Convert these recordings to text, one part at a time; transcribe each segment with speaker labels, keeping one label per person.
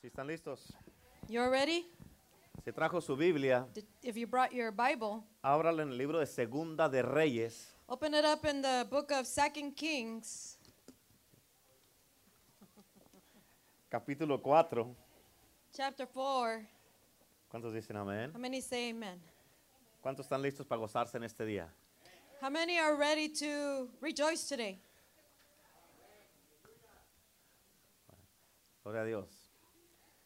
Speaker 1: Si están listos,
Speaker 2: You're ready?
Speaker 1: si trajo su Biblia,
Speaker 2: Did- If you brought your Bible,
Speaker 1: ábrala en el libro de Segunda de Reyes,
Speaker 2: open it up in the book of Second Kings,
Speaker 1: capítulo 4.
Speaker 2: chapter 4.
Speaker 1: ¿Cuántos dicen amén?
Speaker 2: How many say amen?
Speaker 1: ¿Cuántos están listos para gozarse en este día?
Speaker 2: How many are ready to rejoice today?
Speaker 1: Gloria a Dios.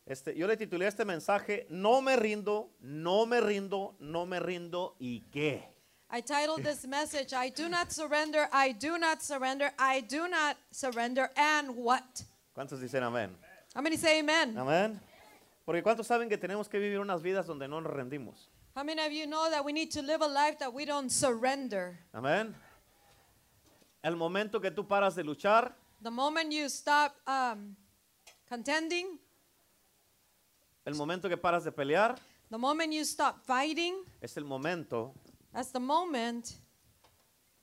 Speaker 1: Este, yo le titulé este mensaje, No me rindo, no me rindo, no me rindo y qué.
Speaker 2: I titled this message, I do not surrender, I do not surrender, I do not surrender, and what?
Speaker 1: ¿Cuántos dicen amén?
Speaker 2: How many say amen?
Speaker 1: Amén. Porque ¿cuántos saben que tenemos que vivir unas vidas donde no nos rendimos?
Speaker 2: How many of you know that we need to live a life that we don't surrender?
Speaker 1: Amén. El momento que tú paras de luchar,
Speaker 2: The moment you stop um, contending,
Speaker 1: el momento que paras de pelear,
Speaker 2: the moment you stop fighting,
Speaker 1: es el momento
Speaker 2: that's the moment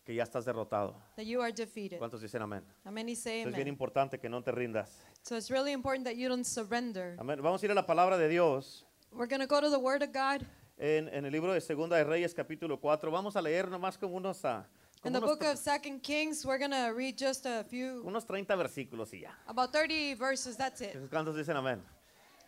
Speaker 1: que ya estás derrotado.
Speaker 2: that you are defeated.
Speaker 1: ¿Cuántos dicen amén?
Speaker 2: How many say
Speaker 1: Eso es bien
Speaker 2: amen?
Speaker 1: importante que no te rindas.
Speaker 2: So it's really important that you don't surrender.
Speaker 1: Amén. Vamos a ir a la palabra de Dios
Speaker 2: We're going to go to the Word of God.
Speaker 1: en, en el libro de Segunda de Reyes capítulo 4. Vamos a leer nomás como unos, ah,
Speaker 2: In
Speaker 1: como
Speaker 2: the
Speaker 1: unos,
Speaker 2: book of Second Kings, we're going to read just a few,
Speaker 1: unos 30 versículos y ya.
Speaker 2: about 30 verses. That's it.
Speaker 1: ¿Cuántos dicen amén?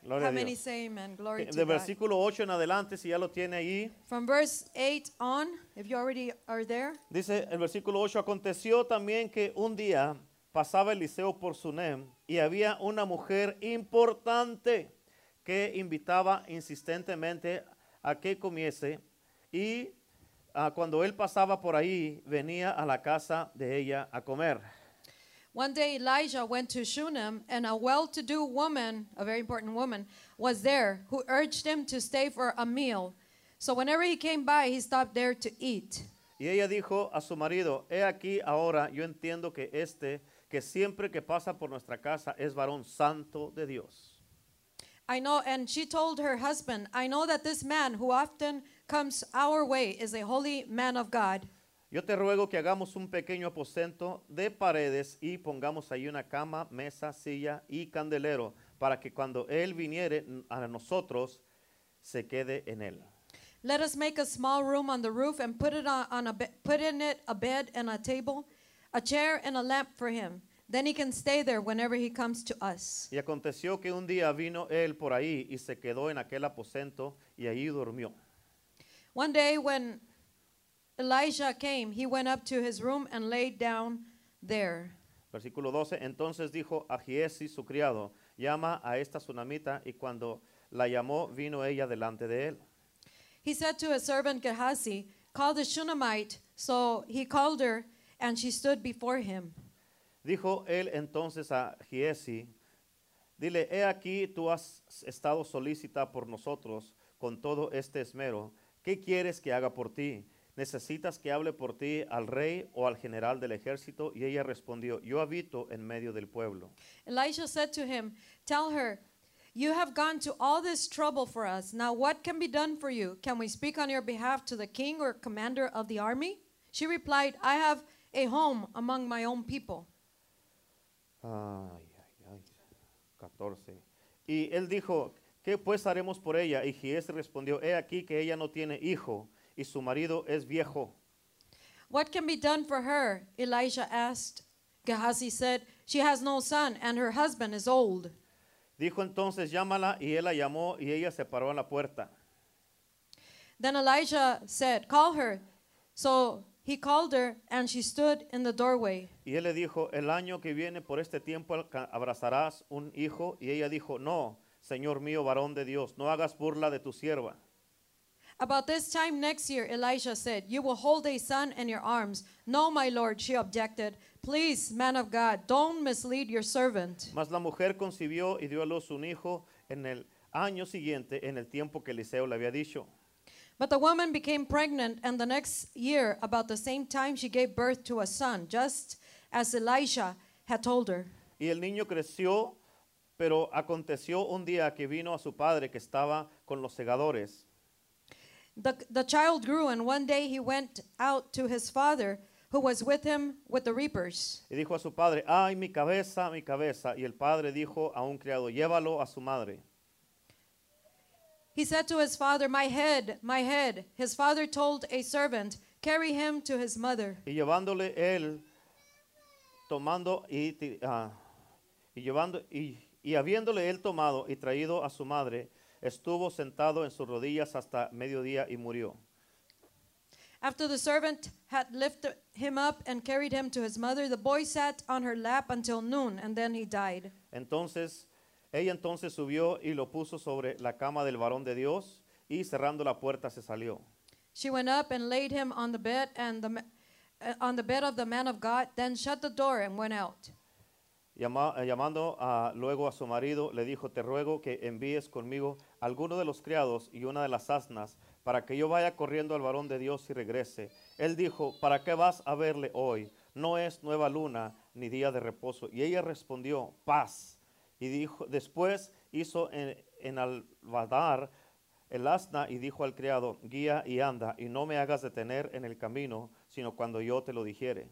Speaker 1: Gloria
Speaker 2: How
Speaker 1: a
Speaker 2: many
Speaker 1: Dios. Eh,
Speaker 2: say amen? Glory to
Speaker 1: De
Speaker 2: God.
Speaker 1: versículo 8 en adelante, si ya lo tiene ahí,
Speaker 2: From verse 8 on, if you already are there,
Speaker 1: Dice el versículo 8, aconteció también que un día pasaba Eliseo por Sunem y había una mujer importante que invitaba insistentemente a que comiese y ah, cuando él pasaba por ahí venía a la casa de ella a comer.
Speaker 2: one day Elijah went to Shunem, and a well to do woman, a very important woman, was there who urged him to stay for a meal. So whenever he came by, he stopped there to eat.
Speaker 1: Y ella dijo a su marido, he aquí ahora yo entiendo que este, que siempre que pasa por nuestra casa es varón santo de Dios.
Speaker 2: I know, and she told her husband, I know that this man who often comes our way is a holy man of God.
Speaker 1: Yo te ruego que hagamos un pequeño aposento de paredes y pongamos ahí una cama, mesa, silla y candelero para que cuando Él viniere a nosotros se quede en Él.
Speaker 2: Let us make a small room on the roof and put, it on, on a be- put in it a bed and a table, a chair and a lamp for him. Then he can stay there whenever he comes to us.
Speaker 1: Y aconteció que un día vino Él por ahí y se quedó en aquel aposento y ahí durmió.
Speaker 2: One day when Elijah came, he went up to his room and laid down there.
Speaker 1: Versículo 12, entonces dijo a Giesi, su criado, llama a esta tsunamita y cuando la llamó vino ella delante de Él.
Speaker 2: He said to his servant Gehazi, Call the Shunammite. So he called her, and she stood before him.
Speaker 1: Dijo él entonces a Giesi, dile, he aquí tú has estado solícita por nosotros con todo este esmero. ¿Qué quieres que haga por ti? ¿Necesitas que hable por ti al rey o al general del ejército? Y ella respondió, yo habito en medio del pueblo.
Speaker 2: Elisha said to him, Tell her, you have gone to all this trouble for us. Now, what can be done for you? Can we speak on your behalf to the king or commander of the army? She replied, I have a home among my own people.
Speaker 1: Ay, ay, ay. 14. Y él dijo, ¿qué pues haremos por ella? Y Giesi respondió, he aquí que ella no tiene hijo y su marido es viejo.
Speaker 2: What can be done for her? Elisha asked. Gehazi said, She has no son, and her husband is old.
Speaker 1: Dijo entonces, llámala, y él la llamó, y ella se paró en la puerta.
Speaker 2: Then Elisha said, Call her. So he called her, and she stood in the doorway.
Speaker 1: Y él le dijo, el año que viene por este tiempo alca- abrazarás un hijo. Y ella dijo, no, Señor mío, varón de Dios, no hagas burla de tu sierva.
Speaker 2: About this time next year, Elisha said, You will hold a son in your arms. No, my lord, she objected. Please, man of God, don't mislead your servant.
Speaker 1: Mas la mujer concibió y dio a luz un hijo en el año siguiente, en el tiempo que Eliseo le había dicho.
Speaker 2: But the woman became pregnant, and the next year, about the same time, she gave birth to a son, just as Elisha had told her.
Speaker 1: Y el niño creció, pero aconteció un día que vino a su padre que estaba con los segadores.
Speaker 2: The, the child grew, and one day he went out to his father, who was with him with the reapers.
Speaker 1: Y dijo a su padre, ay, mi cabeza, mi cabeza. Y el padre dijo a un criado, llévalo a su madre.
Speaker 2: He said to his father, My head, my head. His father told a servant, Carry him to his mother.
Speaker 1: Y llevándole él, tomando y, ti- ah, y llevando y, y habiéndole él tomado y traído a su madre, estuvo sentado en sus rodillas hasta mediodía y murió.
Speaker 2: After the servant had lifted him up and carried him to his mother, the boy sat on her lap until noon, and then he died.
Speaker 1: Entonces, ella entonces subió y lo puso sobre la cama del varón de Dios y cerrando la puerta se salió.
Speaker 2: She went up and laid him on the bed and the ma- uh, on the bed of the man of God, then shut the door and went out.
Speaker 1: Llama- eh, llamando a- luego a su marido, le dijo, te ruego que envíes conmigo alguno de los criados y una de las asnas, para que yo vaya corriendo al varón de Dios y regrese. Él dijo, ¿para qué vas a verle hoy? No es nueva luna ni día de reposo. Y ella respondió, paz. Y dijo, después hizo en, en albadar el asna y dijo al criado, guía y anda, y no me hagas detener en el camino, sino cuando yo te lo dijere.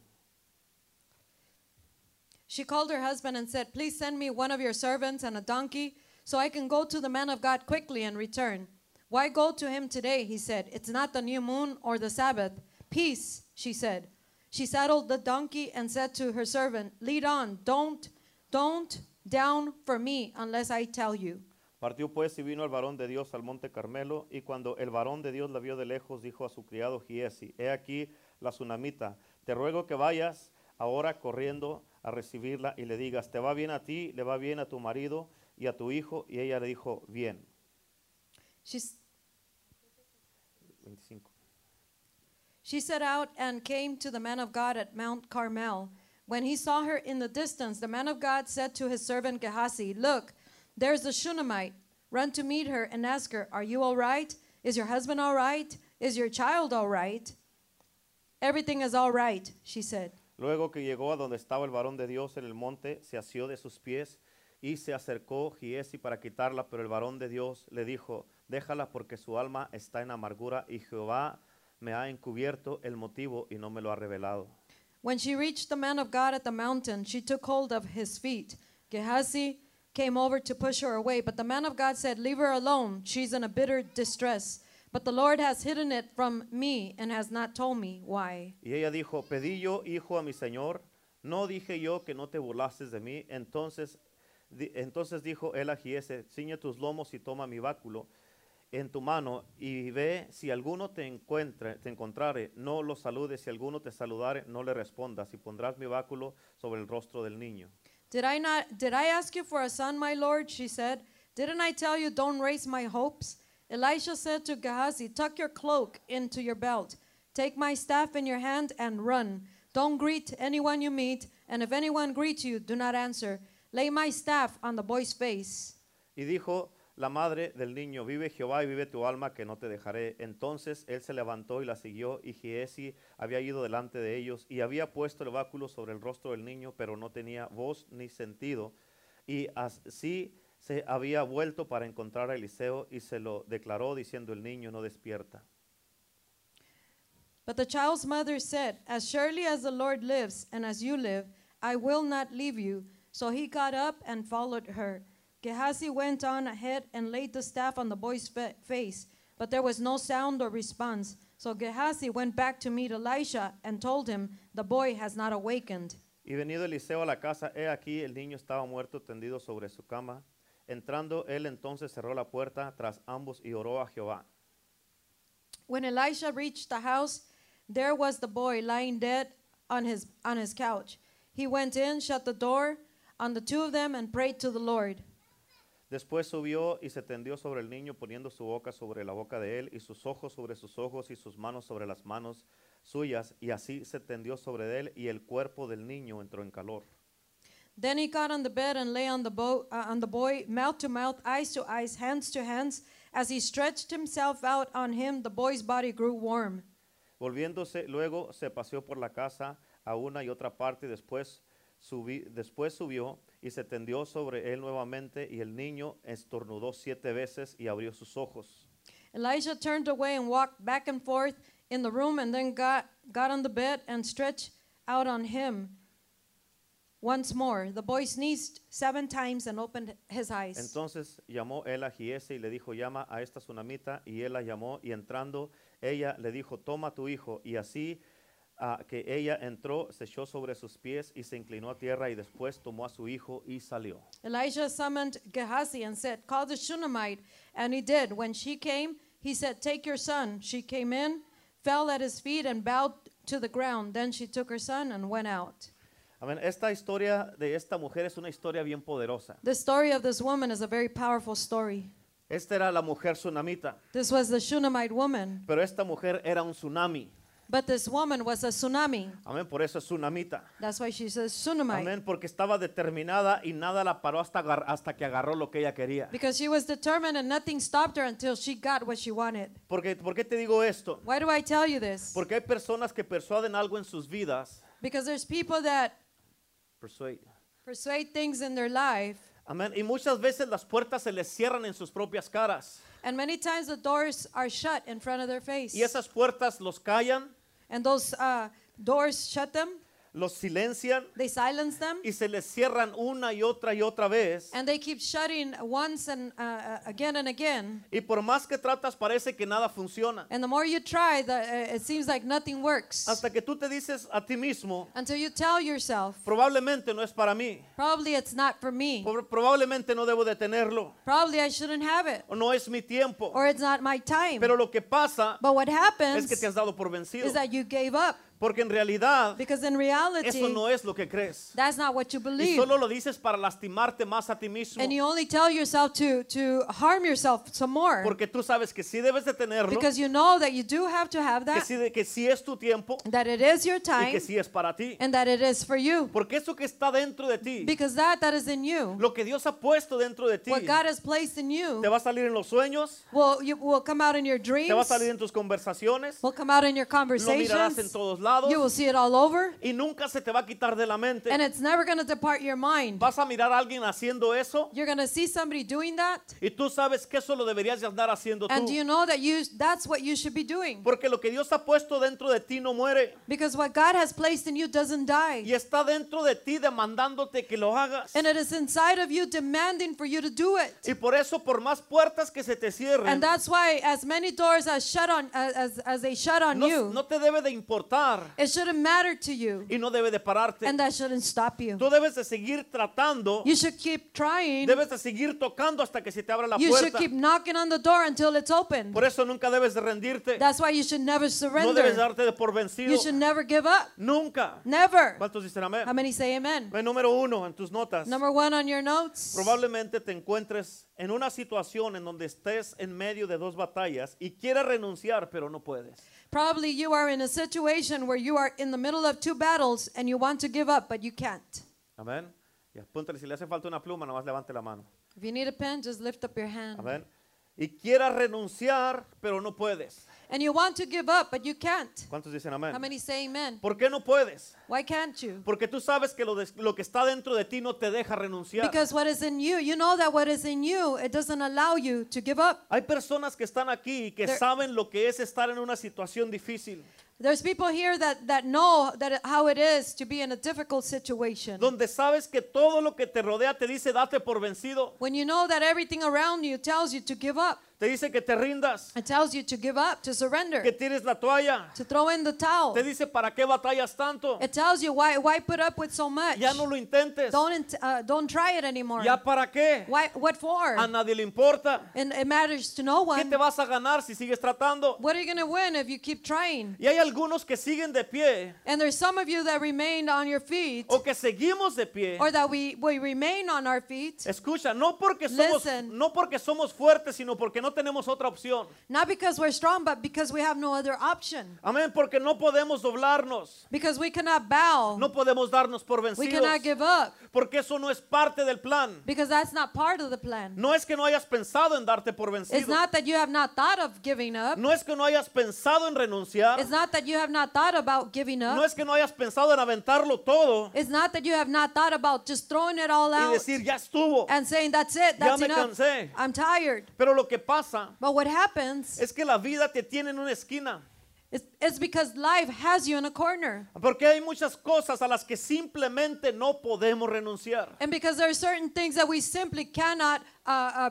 Speaker 2: She called her husband and said, Please send me one of your servants and a donkey so I can go to the man of God quickly and return. Why go to him today? He said, It's not the new moon or the Sabbath. Peace, she said. She saddled the donkey and said to her servant, Lead on, don't, don't down for me unless I tell you.
Speaker 1: Partió pues y vino el varón de Dios al monte Carmelo, y cuando el varón de Dios la vio de lejos, dijo a su criado Giesi, he aquí la tsunamita, te ruego que vayas ahora corriendo a recibirla y le digas, te va bien a ti, le va bien a tu marido y a tu hijo, y ella le dijo, bien.
Speaker 2: She, s-
Speaker 1: 25.
Speaker 2: She set out and came to the man of God at Mount Carmel. When he saw her in the distance, the man of God said to his servant Gehazi, Look, there's the Shunammite. Run to meet her and ask her, Are you all right? Is your husband all right? Is your child all right? Everything is all right, she said.
Speaker 1: Luego que llegó a donde estaba el varón de Dios en el monte, se asió de sus pies y se acercó Giesi para quitarla, pero el varón de Dios le dijo, déjala porque su alma está en amargura y Jehová me ha encubierto el motivo y no me lo ha revelado.
Speaker 2: When she reached the man of God at the mountain, she took hold of his feet. Gehazi came over to push her away, but the man of God said, Leave her alone. She's in a bitter distress. But the Lord has hidden it from me and has not told me why.
Speaker 1: Y ella dijo, pedí yo hijo a mi señor, no dije yo que no te burlases de mí. Entonces, di- entonces dijo él a Giese, ciñe tus lomos y toma mi báculo en tu mano y ve si alguno te encuentre, te encontrare, no lo saludes, si alguno te saludare, no le respondas y pondrás mi báculo sobre el rostro del niño.
Speaker 2: Did I not did I ask you for a son, my Lord? She said. Didn't I tell you don't raise my hopes? Elisha said to Gehazi, Tuck your cloak into your belt, take my staff in your hand and run. Don't greet anyone you meet, and if anyone greets you, do not answer. Lay my staff on the boy's face.
Speaker 1: Y dijo la madre del niño, vive Jehová y vive tu alma, que no te dejaré. Entonces él se levantó y la siguió, y Giesi había ido delante de ellos, y había puesto el báculo sobre el rostro del niño, pero no tenía voz ni sentido. Y así se había vuelto para encontrar a Eliseo, y se lo declaró, diciendo, el niño no despierta.
Speaker 2: But the child's mother said, As surely as the Lord lives and as you live, I will not leave you. So he got up and followed her. Gehazi went on ahead and laid the staff on the boy's fa- face, but there was no sound or response. So Gehazi went back to meet Elisha and told him, The boy has not awakened.
Speaker 1: Y venido Eliseo a la casa, he aquí el niño estaba muerto tendido sobre su cama. Entrando él entonces cerró la puerta tras ambos y oró a Jehová.
Speaker 2: When Elisha reached the house, there was the boy lying dead on his, on his couch. He went in, shut the door on the two of them, and prayed to the Lord.
Speaker 1: Después subió y se tendió sobre el niño, poniendo su boca sobre la boca de él, y sus ojos sobre sus ojos, y sus manos sobre las manos suyas, y así se tendió sobre él, y el cuerpo del niño entró en calor.
Speaker 2: Then he got on the bed and lay on the, bo- uh, on the boy, mouth to mouth, eyes to eyes, hands to hands. As he stretched himself out on him, the boy's body grew warm.
Speaker 1: Volviéndose luego se paseó por la casa a una y otra parte, y después, subi- después subió y se tendió sobre él nuevamente, y el niño estornudó siete veces y abrió sus ojos.
Speaker 2: Elijah turned away and walked back and forth in the room and then got, got on the bed and stretched out on him once more. The boy sneezed seven times and opened his eyes.
Speaker 1: Entonces llamó él a Giese y le dijo, llama a esta tsunamita. Y él la llamó y entrando, ella le dijo, toma tu hijo. Y así ah, que ella entró, se echó sobre sus pies y se inclinó a tierra y después tomó a su hijo y salió.
Speaker 2: Elijah summoned Gehazi and said, Call the Shunammite. And he did. When she came, he said, Take your son. She came in, fell at his feet, and bowed to the ground. Then she took her son and went out.
Speaker 1: Amén. Esta historia de esta mujer es una historia bien poderosa.
Speaker 2: The story of this woman is a very powerful story.
Speaker 1: Esta era la mujer tsunamita,
Speaker 2: This was the Shunammite woman,
Speaker 1: pero esta mujer era un tsunami.
Speaker 2: but this woman was a tsunami.
Speaker 1: Amén, por eso es tsunamita.
Speaker 2: That's why she says Shunammite.
Speaker 1: Amén, porque estaba determinada y nada la paró hasta, agar- hasta que agarró lo que ella quería.
Speaker 2: Because she was determined and nothing stopped her until she got what she wanted.
Speaker 1: Porque, ¿Por qué te digo esto?
Speaker 2: Why do I tell you this?
Speaker 1: Porque hay personas que persuaden algo en sus vidas.
Speaker 2: Because there's people that
Speaker 1: Persuade.
Speaker 2: persuade things in their life,
Speaker 1: Amén. Y muchas veces las puertas se les cierran en sus propias caras.
Speaker 2: and many times the doors are shut in front of their face.
Speaker 1: Y esas puertas los callan,
Speaker 2: And those uh, doors shut them,
Speaker 1: los silencian
Speaker 2: they silence them,
Speaker 1: y se les cierran una y otra y otra vez.
Speaker 2: and they keep shutting once and uh, uh, again and again.
Speaker 1: Y por más que tratas parece que nada funciona.
Speaker 2: And the more you try, the, uh, it seems like nothing works.
Speaker 1: Hasta que tú te dices a ti mismo,
Speaker 2: Until you tell yourself,
Speaker 1: probablemente no es para mí.
Speaker 2: probably it's not for me.
Speaker 1: Pro- Probablemente no debo de tenerlo.
Speaker 2: Probably I shouldn't have it.
Speaker 1: O no es mi tiempo.
Speaker 2: Or it's not my time.
Speaker 1: Pero lo que pasa
Speaker 2: But what
Speaker 1: es
Speaker 2: happens
Speaker 1: que te has dado por vencido.
Speaker 2: is that you gave up.
Speaker 1: Porque en realidad
Speaker 2: Because in
Speaker 1: eso
Speaker 2: reality,
Speaker 1: no es lo que crees.
Speaker 2: that's not what you
Speaker 1: Y
Speaker 2: believe.
Speaker 1: solo lo dices para lastimarte más a ti mismo.
Speaker 2: And you only tell yourself to, to harm yourself some more.
Speaker 1: Porque tú sabes que sí debes de tenerlo,
Speaker 2: Because you know that you do have to have
Speaker 1: que
Speaker 2: that,
Speaker 1: sí, de- que sí es tu tiempo
Speaker 2: that it is your
Speaker 1: y
Speaker 2: time,
Speaker 1: que sí es para ti.
Speaker 2: and that it is for you.
Speaker 1: Porque eso que está dentro de ti,
Speaker 2: Because that that is in you,
Speaker 1: lo que Dios ha puesto dentro de ti,
Speaker 2: what
Speaker 1: te
Speaker 2: God has placed in you,
Speaker 1: va a salir en los sueños,
Speaker 2: will, you, will come out in your
Speaker 1: te va a
Speaker 2: dreams,
Speaker 1: salir en tus conversaciones,
Speaker 2: will come out in your
Speaker 1: lo mirarás en
Speaker 2: conversations.
Speaker 1: todos lados
Speaker 2: You will see it all over,
Speaker 1: y nunca se te va a quitar de la mente.
Speaker 2: and it's never going to depart your mind.
Speaker 1: Vas a mirar a alguien haciendo eso
Speaker 2: You're going to see somebody doing that,
Speaker 1: y tú sabes que eso lo deberías de andar haciendo
Speaker 2: and
Speaker 1: tú.
Speaker 2: you know that you that's what you should be doing.
Speaker 1: Porque lo que Dios ha puesto dentro de ti no muere
Speaker 2: Because what God has placed in you doesn't die.
Speaker 1: y está dentro de ti demandándote que lo hagas.
Speaker 2: And it is inside of you demanding for you to do it.
Speaker 1: Y por eso, por más puertas que se te cierren,
Speaker 2: And that's why as many doors as shut on as, as they shut on
Speaker 1: no,
Speaker 2: you,
Speaker 1: no te debe de importar
Speaker 2: it shouldn't matter to you.
Speaker 1: y no debe de pararte.
Speaker 2: And that shouldn't stop you.
Speaker 1: Tú debes de seguir tratando,
Speaker 2: You should keep trying.
Speaker 1: debes de seguir tocando hasta que se te abra la
Speaker 2: You should
Speaker 1: puerta.
Speaker 2: keep knocking on the door until it's open.
Speaker 1: Por eso nunca debes de rendirte,
Speaker 2: That's why you should never
Speaker 1: no debes
Speaker 2: surrender.
Speaker 1: darte de por vencido,
Speaker 2: You should never give up.
Speaker 1: nunca.
Speaker 2: Never.
Speaker 1: ¿Cuántos dicen amén?
Speaker 2: How many say amen?
Speaker 1: Ve, Número uno en tus notas.
Speaker 2: Number one on your notes.
Speaker 1: Probablemente te encuentres en una situación en donde estés en medio de dos batallas y quieres renunciar, pero no puedes.
Speaker 2: Probably you are in a situation where you are in the middle of two battles and you want to give up, but you can't.
Speaker 1: Amén. Y apúntale, si le hace falta una pluma, nomás levante la mano.
Speaker 2: If you need a pen, just lift up your hand.
Speaker 1: Amén. Y quieras renunciar, pero no puedes.
Speaker 2: And you want to give up, but you can't.
Speaker 1: ¿Cuántos dicen
Speaker 2: How
Speaker 1: amén?
Speaker 2: many say amen?
Speaker 1: ¿Por qué no puedes?
Speaker 2: Why can't you?
Speaker 1: Porque tú sabes que lo, des- lo que está dentro de ti no te deja renunciar.
Speaker 2: Because what is in you, you know that what is in you, it doesn't allow you to give up.
Speaker 1: Hay personas que están aquí y que
Speaker 2: There-
Speaker 1: saben lo que es estar en una situación difícil,
Speaker 2: There's people here that, that know that how it is to be in a difficult situation.
Speaker 1: donde sabes que todo lo que te rodea te dice date por vencido,
Speaker 2: When you know that everything around you tells you to give up,
Speaker 1: te dice que te rindas,
Speaker 2: it tells you to give up, to
Speaker 1: que
Speaker 2: surrender,
Speaker 1: tires la toalla,
Speaker 2: to throw in the towel.
Speaker 1: te dice para qué batallas tanto,
Speaker 2: It tells you why why put up with so much.
Speaker 1: ya no lo intentes,
Speaker 2: Don't int- uh, don't try it anymore.
Speaker 1: ya para qué,
Speaker 2: Why what for?
Speaker 1: a nadie le importa,
Speaker 2: and it matters to no
Speaker 1: ¿qué
Speaker 2: one.
Speaker 1: te vas a ganar si sigues tratando?
Speaker 2: What are you going to win if you keep trying?
Speaker 1: Y hay algunos que siguen de pie
Speaker 2: And there's some of you that remained on your feet
Speaker 1: o que seguimos de pie.
Speaker 2: or that we, we remain on our feet
Speaker 1: Escucha, no porque somos
Speaker 2: Listen.
Speaker 1: no porque somos fuertes, sino porque no tenemos otra opción.
Speaker 2: not because we're strong but because we have no other option.
Speaker 1: Amén, porque no podemos doblarnos,
Speaker 2: Because we cannot bow.
Speaker 1: no podemos darnos por
Speaker 2: we
Speaker 1: vencidos,
Speaker 2: cannot give up
Speaker 1: porque eso no es parte del plan.
Speaker 2: because that's not part of the plan.
Speaker 1: No es que no hayas pensado en darte por
Speaker 2: It's
Speaker 1: vencido,
Speaker 2: not that you have not thought of giving up.
Speaker 1: no es que no hayas pensado en renunciar,
Speaker 2: It's not that you have not thought about giving up.
Speaker 1: no es que no hayas pensado en aventarlo todo
Speaker 2: It's not that you have not thought about just throwing it all
Speaker 1: y
Speaker 2: out
Speaker 1: decir ya estuvo.
Speaker 2: and saying that's it,
Speaker 1: Ya
Speaker 2: that's
Speaker 1: me
Speaker 2: enough.
Speaker 1: cansé.
Speaker 2: I'm tired.
Speaker 1: Pero lo que pasa
Speaker 2: But what happens
Speaker 1: es que la vida te tiene en una esquina
Speaker 2: It's, it's because life has you in a corner.
Speaker 1: Porque hay muchas cosas a las que simplemente no podemos renunciar.
Speaker 2: And because there are certain things that we simply cannot uh, uh,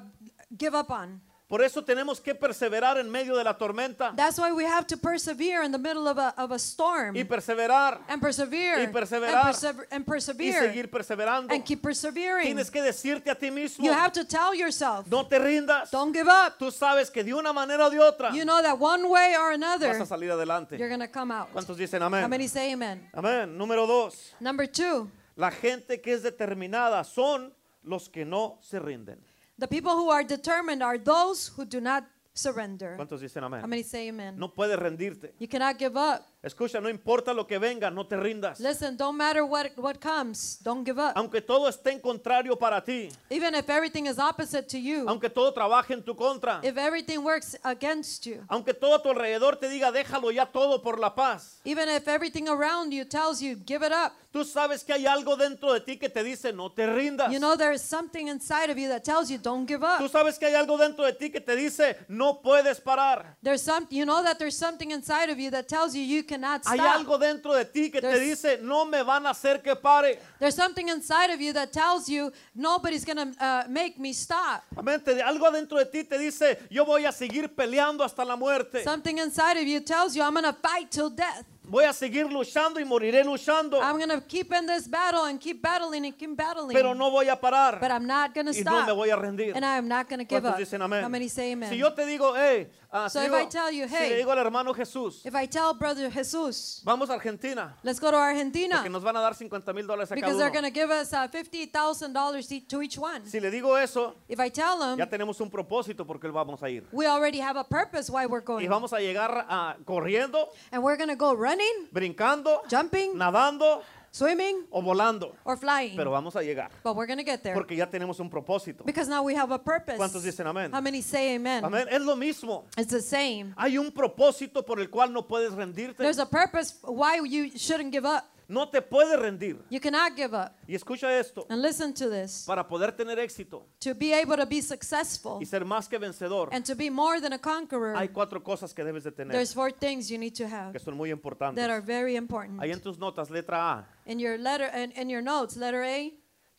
Speaker 2: give up on.
Speaker 1: Por eso tenemos que perseverar en medio de la tormenta
Speaker 2: That's why we have to persevere in the middle of a, of a storm.
Speaker 1: y perseverar
Speaker 2: and persevere.
Speaker 1: y
Speaker 2: and
Speaker 1: perseverar.
Speaker 2: persever- and
Speaker 1: y
Speaker 2: persevere.
Speaker 1: seguir perseverando.
Speaker 2: and keep persevering.
Speaker 1: Tienes que decirte a ti mismo,
Speaker 2: You have to tell yourself,
Speaker 1: no te rindas.
Speaker 2: don't give up.
Speaker 1: Tú sabes que de una manera o de otra
Speaker 2: You know that one way or
Speaker 1: vas
Speaker 2: another,
Speaker 1: a salir adelante.
Speaker 2: you're going to come out.
Speaker 1: ¿Cuántos dicen
Speaker 2: How many
Speaker 1: amén?
Speaker 2: say amen?
Speaker 1: Amén. Número dos,
Speaker 2: Number two,
Speaker 1: la gente que es determinada son los que no se rinden.
Speaker 2: the people who are determined are those who do not surrender.
Speaker 1: ¿Cuántos dicen
Speaker 2: How
Speaker 1: amén?
Speaker 2: many say amen?
Speaker 1: No puedes rendirte.
Speaker 2: You cannot give up.
Speaker 1: Escucha, no importa lo que venga, no te rindas.
Speaker 2: Listen, don't matter what, what comes, don't give up.
Speaker 1: Aunque todo esté en contrario para ti,
Speaker 2: Even if everything is opposite to you,
Speaker 1: aunque todo trabaje en tu contra,
Speaker 2: if everything works against you,
Speaker 1: aunque todo a tu alrededor te diga déjalo ya todo por la paz,
Speaker 2: even if everything around you tells you give it up,
Speaker 1: tú sabes que hay algo dentro de ti que te dice no te rindas.
Speaker 2: you know there is something inside of you that tells you don't give
Speaker 1: Tú
Speaker 2: up.
Speaker 1: sabes que hay algo dentro de ti que te dice no puedes parar.
Speaker 2: There's some, you know that there's something inside of you that tells you you cannot
Speaker 1: Hay
Speaker 2: stop.
Speaker 1: algo dentro de ti que te
Speaker 2: There's-
Speaker 1: dice no me van a hacer que pare.
Speaker 2: There's something inside of you that tells you nobody's gonna uh, make me stop.
Speaker 1: Amén. Te- Algo adentro de ti te dice yo voy a seguir peleando hasta la muerte.
Speaker 2: Something inside of you tells you I'm gonna fight till death.
Speaker 1: Voy a seguir luchando y moriré luchando,
Speaker 2: I'm gonna keep in this battle and keep battling and keep battling.
Speaker 1: pero no voy a parar
Speaker 2: but I'm not gonna
Speaker 1: y no
Speaker 2: stop.
Speaker 1: me voy a rendir.
Speaker 2: and I am not gonna give
Speaker 1: ¿Cuántos
Speaker 2: up.
Speaker 1: dicen
Speaker 2: How many
Speaker 1: amén?
Speaker 2: say amen?
Speaker 1: Si yo te digo, hey, ah,
Speaker 2: So
Speaker 1: si,
Speaker 2: if
Speaker 1: digo-
Speaker 2: I tell you,
Speaker 1: si
Speaker 2: hey,
Speaker 1: le digo al hermano Jesús,
Speaker 2: if I tell Brother Jesus,
Speaker 1: vamos a Argentina,
Speaker 2: let's go to Argentina
Speaker 1: porque nos van a dar 50 mil dólares a cada
Speaker 2: because they're
Speaker 1: uno.
Speaker 2: gonna give us uh, fifty thousand dollars to each one.
Speaker 1: Si le digo eso,
Speaker 2: If I tell him,
Speaker 1: ya tenemos un propósito porque vamos a ir.
Speaker 2: we already have a purpose why we're
Speaker 1: Y
Speaker 2: going,
Speaker 1: vamos a llegar ah, corriendo,
Speaker 2: and we're gonna go running,
Speaker 1: brincando,
Speaker 2: jumping,
Speaker 1: nadando
Speaker 2: swimming,
Speaker 1: o volando.
Speaker 2: or flying.
Speaker 1: Pero vamos a llegar
Speaker 2: but we're gonna get there
Speaker 1: porque ya tenemos un propósito.
Speaker 2: because now we have a purpose.
Speaker 1: ¿Cuántos dicen amén?
Speaker 2: How many say amen?
Speaker 1: Amén. Ah, Es lo mismo.
Speaker 2: It's the same.
Speaker 1: Hay un propósito por el cual no puedes rendirte.
Speaker 2: There's a purpose why you shouldn't give up.
Speaker 1: No te puedes rendir.
Speaker 2: You cannot give up.
Speaker 1: Y escucha esto.
Speaker 2: And listen to this.
Speaker 1: Para poder tener éxito
Speaker 2: To be able to be successful
Speaker 1: y ser más que vencedor,
Speaker 2: and to be more than a
Speaker 1: hay
Speaker 2: conqueror,
Speaker 1: cuatro cosas que debes de tener
Speaker 2: there's four things you need to
Speaker 1: que
Speaker 2: have
Speaker 1: son muy
Speaker 2: that
Speaker 1: importantes.
Speaker 2: are very important.
Speaker 1: Ahí en tus notas, letra A,
Speaker 2: In your letter in, in your notes, letter A,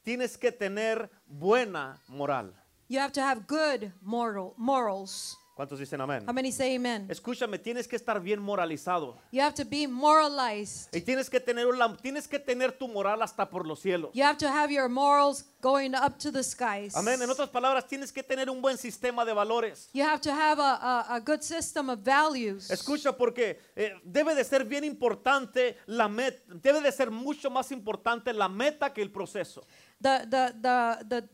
Speaker 1: tienes que tener buena moral.
Speaker 2: you have to have good moral morals.
Speaker 1: ¿Cuántos dicen amén?
Speaker 2: How many say amen?
Speaker 1: Escúchame, tienes que estar bien moralizado.
Speaker 2: You have to be moralized.
Speaker 1: Y tienes que tener la- tienes que tener tu moral hasta por los cielos.
Speaker 2: You have to have your morals going up to the skies.
Speaker 1: Amén. En otras palabras, tienes que tener un buen sistema de valores.
Speaker 2: You have to have a, a, a good system of values.
Speaker 1: Escucha, porque eh, debe de ser bien importante la meta, debe de ser mucho más importante la meta que el proceso.
Speaker 2: The, the, the, the,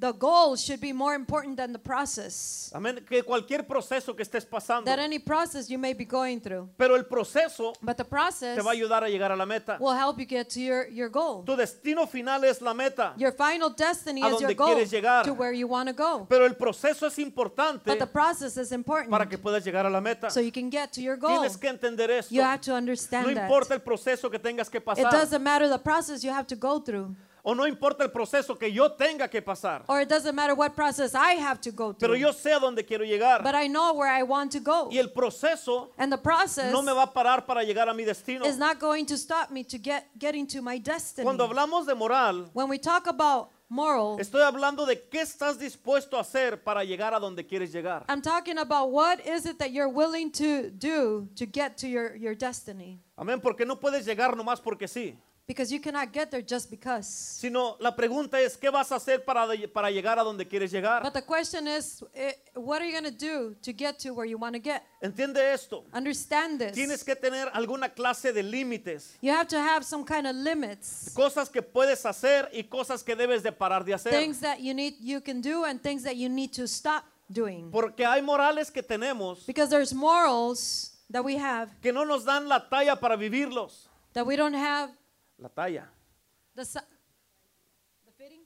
Speaker 2: the goal should be more important than the process,
Speaker 1: Amén. Que cualquier proceso que estés pasando.
Speaker 2: that any process you may be going through.
Speaker 1: Pero el proceso
Speaker 2: But the process
Speaker 1: te va a ayudar a llegar a la meta.
Speaker 2: will help you get to your, your goal.
Speaker 1: Tu destino final es la meta.
Speaker 2: Your final destiny
Speaker 1: A
Speaker 2: is your
Speaker 1: donde
Speaker 2: goal
Speaker 1: quieres llegar.
Speaker 2: to where you want to go.
Speaker 1: Pero el proceso es importante
Speaker 2: But the process is important
Speaker 1: para que puedas llegar a la meta.
Speaker 2: so you can get to your goal.
Speaker 1: Tienes que entender esto.
Speaker 2: You have to
Speaker 1: No
Speaker 2: understand
Speaker 1: importa
Speaker 2: that.
Speaker 1: el proceso que tengas que
Speaker 2: It
Speaker 1: pasar.
Speaker 2: doesn't matter the process you have to go through,
Speaker 1: O no importa el proceso que yo tenga que pasar.
Speaker 2: or it doesn't matter what process I have to go
Speaker 1: Pero
Speaker 2: through.
Speaker 1: yo sé a dónde quiero llegar.
Speaker 2: But I know where I want to go.
Speaker 1: Y el proceso
Speaker 2: And the process
Speaker 1: no me va a parar para llegar a mi destino.
Speaker 2: is not going to stop me to get getting to my destiny.
Speaker 1: Cuando hablamos de moral,
Speaker 2: when we talk about moral,
Speaker 1: estoy hablando de qué estás dispuesto a hacer para llegar a donde quieres llegar.
Speaker 2: I'm talking about what is it that you're willing to do to get to your, your destiny.
Speaker 1: Amén, porque no puedes llegar nomás porque sí.
Speaker 2: Because you cannot get there just because.
Speaker 1: Sino la pregunta es, ¿qué vas a hacer para, de- para llegar a donde quieres llegar?
Speaker 2: But the question is, eh, what are you going to do to get to where you want to get?
Speaker 1: Entiende esto.
Speaker 2: Understand this.
Speaker 1: Tienes que tener alguna clase de límites.
Speaker 2: You have to have some kind of limits.
Speaker 1: Cosas que puedes hacer y cosas que debes de parar de hacer.
Speaker 2: Things that you need you can do and things that you need to stop doing.
Speaker 1: Porque hay morales que tenemos
Speaker 2: Because there's morals that we have
Speaker 1: que no nos dan la talla para vivirlos.
Speaker 2: that we don't have
Speaker 1: La talla.
Speaker 2: the si- the fitting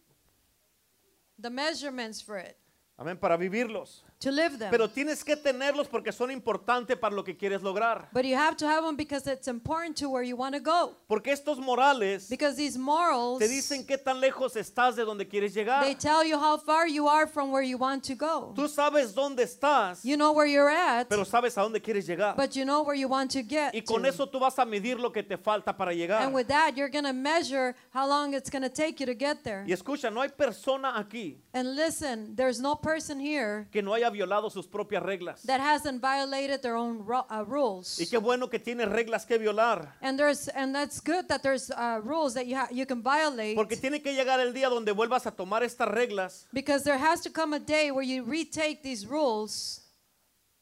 Speaker 2: the measurements for it
Speaker 1: Amén, para vivirlos.
Speaker 2: to live them.
Speaker 1: Pero tienes que tenerlos porque son importantes para lo que quieres lograr.
Speaker 2: but you have to have them because it's important to where you want to go.
Speaker 1: Porque estos morales
Speaker 2: Because these morals,
Speaker 1: te dicen "Ah, qué tan lejos estás de donde quieres llegar.
Speaker 2: they tell you how far you are from where you want to go.
Speaker 1: Tú sabes dónde estás,
Speaker 2: You know where you're at,
Speaker 1: pero sabes a dónde quieres llegar.
Speaker 2: but you know where you want to get.
Speaker 1: Y con
Speaker 2: to.
Speaker 1: eso tú vas a medir lo que te falta para llegar.
Speaker 2: And with that, you're going to measure how long it's going to take you to get there.
Speaker 1: Y escucha, no hay persona aquí
Speaker 2: And listen, there's no person here
Speaker 1: que no haya violado sus propias reglas.
Speaker 2: that hasn't violated their own ru- uh, rules.
Speaker 1: Y qué bueno que tienes reglas que violar.
Speaker 2: And there's and that's good that there's uh, rules that you ha- you can violate
Speaker 1: Porque tiene que llegar el día donde vuelvas a tomar estas reglas
Speaker 2: because there has to come a day where you retake these rules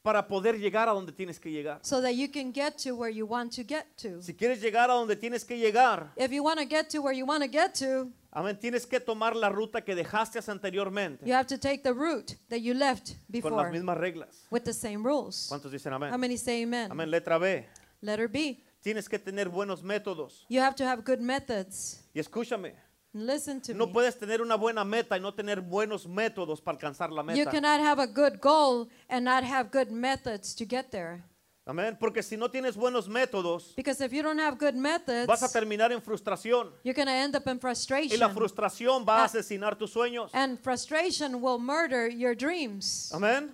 Speaker 1: para poder llegar a donde tienes que llegar.
Speaker 2: so that you can get to where you want to get to.
Speaker 1: Si quieres llegar a donde tienes que llegar,
Speaker 2: If you want to get to where you want to get to,
Speaker 1: amén, tienes que tomar la ruta que dejaste
Speaker 2: you
Speaker 1: anteriormente
Speaker 2: have to take the route that you left
Speaker 1: con las
Speaker 2: before
Speaker 1: mismas reglas.
Speaker 2: with the same rules.
Speaker 1: ¿Cuántos dicen
Speaker 2: How
Speaker 1: amén?
Speaker 2: many say amen?
Speaker 1: Amén, letra B.
Speaker 2: Letter B.
Speaker 1: Tienes que tener buenos métodos.
Speaker 2: You have to have good methods.
Speaker 1: Y escúchame,
Speaker 2: Listen to
Speaker 1: no
Speaker 2: me.
Speaker 1: puedes tener una buena meta y no tener buenos métodos para alcanzar la
Speaker 2: You
Speaker 1: meta.
Speaker 2: cannot have a good goal and not have good methods to get there.
Speaker 1: Amén, porque si no tienes buenos métodos,
Speaker 2: Because if you don't have good
Speaker 1: vas a
Speaker 2: methods,
Speaker 1: terminar en frustración.
Speaker 2: you're going to end up in
Speaker 1: Y la
Speaker 2: frustration.
Speaker 1: frustración va a
Speaker 2: Ah.
Speaker 1: asesinar tus sueños.
Speaker 2: And frustration will murder your dreams.
Speaker 1: Amén.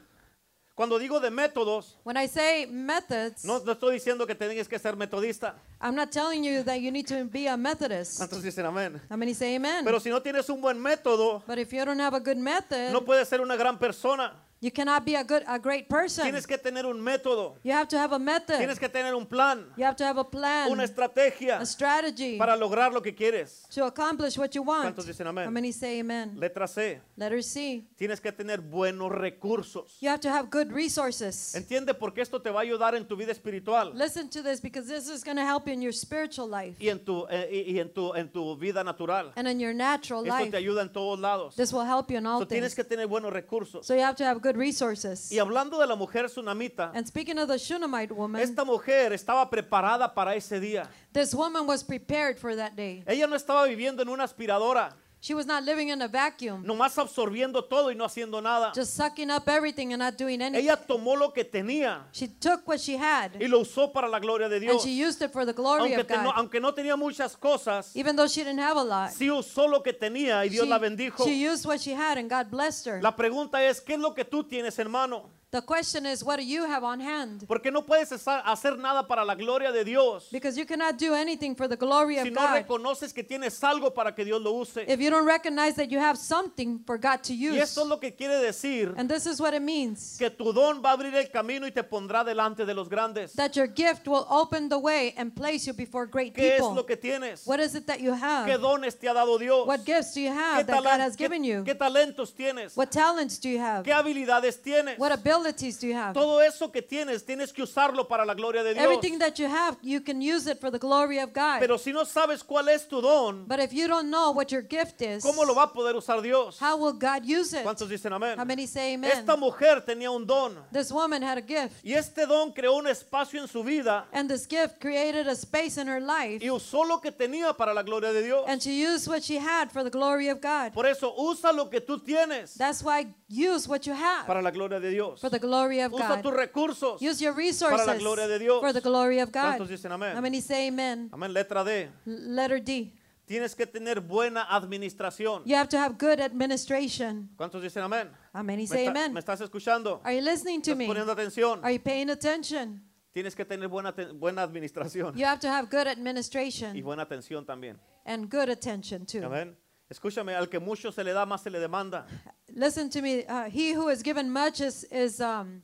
Speaker 1: Cuando digo de métodos,
Speaker 2: When I say methods,
Speaker 1: no, no estoy diciendo que tengas que ser metodista.
Speaker 2: I'm not telling you that you need to be a Methodist.
Speaker 1: Entonces dicen amén.
Speaker 2: How many say amen?
Speaker 1: Pero si no tienes un buen método,
Speaker 2: but if you don't have a good method,
Speaker 1: no puedes ser una gran persona.
Speaker 2: you cannot be a good, a great person.
Speaker 1: Tienes que tener un método.
Speaker 2: You have to have a method.
Speaker 1: Tienes que tener un plan,
Speaker 2: you have to have a plan,
Speaker 1: una estrategia
Speaker 2: a strategy
Speaker 1: para lograr lo que quieres.
Speaker 2: to accomplish what you want.
Speaker 1: ¿Cuántos dicen amén?
Speaker 2: How many say amen?
Speaker 1: Letra C.
Speaker 2: Letter C.
Speaker 1: Tienes que tener buenos recursos.
Speaker 2: You have to have good resources.
Speaker 1: Entiende porque esto te va a ayudar en tu vida espiritual
Speaker 2: Listen to this because this is going to help you in your spiritual life
Speaker 1: y en tu, eh, y, y en tu, en tu vida natural.
Speaker 2: and in your natural
Speaker 1: Esto
Speaker 2: life.
Speaker 1: te ayuda en todos lados.
Speaker 2: This will help you in all
Speaker 1: So, tienes
Speaker 2: things.
Speaker 1: que tener buenos recursos.
Speaker 2: So you have to have good resources.
Speaker 1: Y hablando de la mujer tsunamita,
Speaker 2: And speaking of the Shunammite woman,
Speaker 1: esta mujer estaba preparada para ese día.
Speaker 2: this woman was prepared for that day.
Speaker 1: Ella no estaba viviendo en una aspiradora,
Speaker 2: She was not living in a vacuum,
Speaker 1: nomás absorbiendo todo y no haciendo nada.
Speaker 2: just sucking up everything and not doing anything.
Speaker 1: Ella tomó lo que tenía
Speaker 2: She took what she
Speaker 1: y
Speaker 2: had
Speaker 1: lo usó para la gloria de
Speaker 2: and
Speaker 1: Dios.
Speaker 2: she used it for the glory
Speaker 1: Aunque,
Speaker 2: of
Speaker 1: te- no,
Speaker 2: God.
Speaker 1: aunque no tenía muchas cosas,
Speaker 2: Even though she didn't have a lot,
Speaker 1: sí usó lo que tenía y Dios
Speaker 2: she,
Speaker 1: la bendijo.
Speaker 2: she used what she had and God blessed her.
Speaker 1: La pregunta es, ¿qué es lo que tú tienes en mano?
Speaker 2: The question is, what do you have on hand?
Speaker 1: Porque no puedes esa- hacer nada para la gloria de Dios
Speaker 2: Because you cannot do anything for the glory
Speaker 1: si
Speaker 2: of
Speaker 1: no
Speaker 2: God
Speaker 1: reconoces que tienes algo para que Dios lo use.
Speaker 2: if you don't recognize that you have something for God to
Speaker 1: Y
Speaker 2: use.
Speaker 1: esto es lo que quiere decir
Speaker 2: And this is what it means.
Speaker 1: que tu don va a abrir el camino y te pondrá delante de los grandes.
Speaker 2: that your gift will open the way and place you before great
Speaker 1: ¿Qué es lo
Speaker 2: people.
Speaker 1: que tienes?
Speaker 2: What is it that you
Speaker 1: ¿Qué
Speaker 2: have?
Speaker 1: dones te ha dado Dios?
Speaker 2: What gifts do you
Speaker 1: ¿Qué,
Speaker 2: have that God
Speaker 1: talan-
Speaker 2: has
Speaker 1: qué-
Speaker 2: given you?
Speaker 1: qué talentos tienes?
Speaker 2: What talents do you have?
Speaker 1: ¿Qué habilidades tienes?
Speaker 2: What abilities do you have?
Speaker 1: Todo eso que tienes, tienes que usarlo para la gloria de Dios.
Speaker 2: Everything that you have, you can use it for the glory of God.
Speaker 1: Pero si no sabes cuál es tu don,
Speaker 2: But if you don't know what your gift is,
Speaker 1: ¿cómo lo va a poder usar Dios?
Speaker 2: how will God use it?
Speaker 1: ¿Cuántos dicen amén?
Speaker 2: How many say amen?
Speaker 1: Esta mujer tenía un don
Speaker 2: This woman had a gift,
Speaker 1: y este don creó un espacio en su vida
Speaker 2: and this gift created a space in her life,
Speaker 1: y usó lo que tenía para la gloria de Dios.
Speaker 2: and she used what she had for the glory of God.
Speaker 1: Por eso usa lo que tú tienes
Speaker 2: That's why use what you have
Speaker 1: para la gloria de Dios.
Speaker 2: for the glory of
Speaker 1: Usa
Speaker 2: God.
Speaker 1: tus recursos.
Speaker 2: Use your
Speaker 1: la
Speaker 2: resources
Speaker 1: gloria de Dios.
Speaker 2: for the glory of
Speaker 1: ¿Cuántos
Speaker 2: God.
Speaker 1: dicen
Speaker 2: How
Speaker 1: amén?
Speaker 2: many say amen?
Speaker 1: Amén. Letra D.
Speaker 2: L- Letter D.
Speaker 1: Tienes que tener buena administración.
Speaker 2: You have to have good administration.
Speaker 1: ¿Cuántos dicen amén?
Speaker 2: How many
Speaker 1: ¿Me,
Speaker 2: say
Speaker 1: está-
Speaker 2: amen?
Speaker 1: me estás escuchando?
Speaker 2: Are you listening to
Speaker 1: ¿Estás
Speaker 2: me?
Speaker 1: poniendo atención?
Speaker 2: Are you paying attention?
Speaker 1: Tienes que tener buena, te- buena administración
Speaker 2: You have to have good
Speaker 1: y
Speaker 2: administration
Speaker 1: buena atención también.
Speaker 2: and good attention too.
Speaker 1: Amén. Escúchame, al que mucho se le da, más se le demanda.
Speaker 2: Listen to me. Uh, he who is given much is, is um,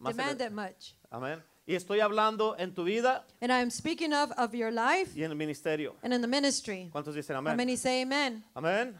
Speaker 1: Más se le-
Speaker 2: demanded much.
Speaker 1: Amén. Y estoy hablando en tu vida
Speaker 2: And I am speaking of of your life
Speaker 1: y en el ministerio.
Speaker 2: and in the ministry.
Speaker 1: ¿Cuántos dicen
Speaker 2: How
Speaker 1: amén?
Speaker 2: many say amen?
Speaker 1: Amén.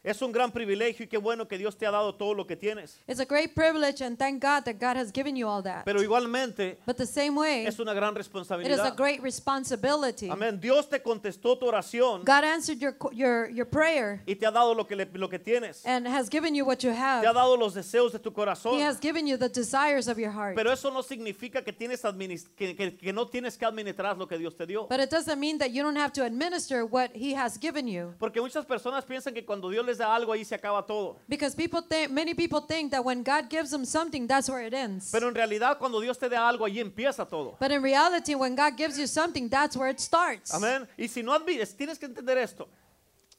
Speaker 1: Es un gran privilegio y qué bueno que Dios te ha dado todo lo que tienes.
Speaker 2: It's a great privilege, and thank God that God has given you all that.
Speaker 1: Pero igualmente
Speaker 2: But the same way,
Speaker 1: es una gran
Speaker 2: It is a
Speaker 1: responsabilidad.
Speaker 2: great responsibility.
Speaker 1: Amén. Dios te contestó tu oración
Speaker 2: God answered your your your prayer
Speaker 1: y te ha dado lo que, le- lo que tienes.
Speaker 2: and has given you what you
Speaker 1: Te ha
Speaker 2: have.
Speaker 1: dado los deseos de tu corazón.
Speaker 2: He has given you the desires of your heart.
Speaker 1: Pero eso no significa que, tienes adminis- que, que- que no tienes que administrar lo que Dios te dio.
Speaker 2: But it doesn't mean that you don't have to administer what he has given you.
Speaker 1: Porque muchas personas piensan que cuando Dios les da algo, ahí se acaba todo.
Speaker 2: Because people think, many people think that when God gives them something, that's where it ends.
Speaker 1: Pero en realidad, cuando Dios te da algo, ahí empieza todo.
Speaker 2: But in reality, when God gives you something, that's where it starts.
Speaker 1: Amén. Y si no admites, tienes que entender esto.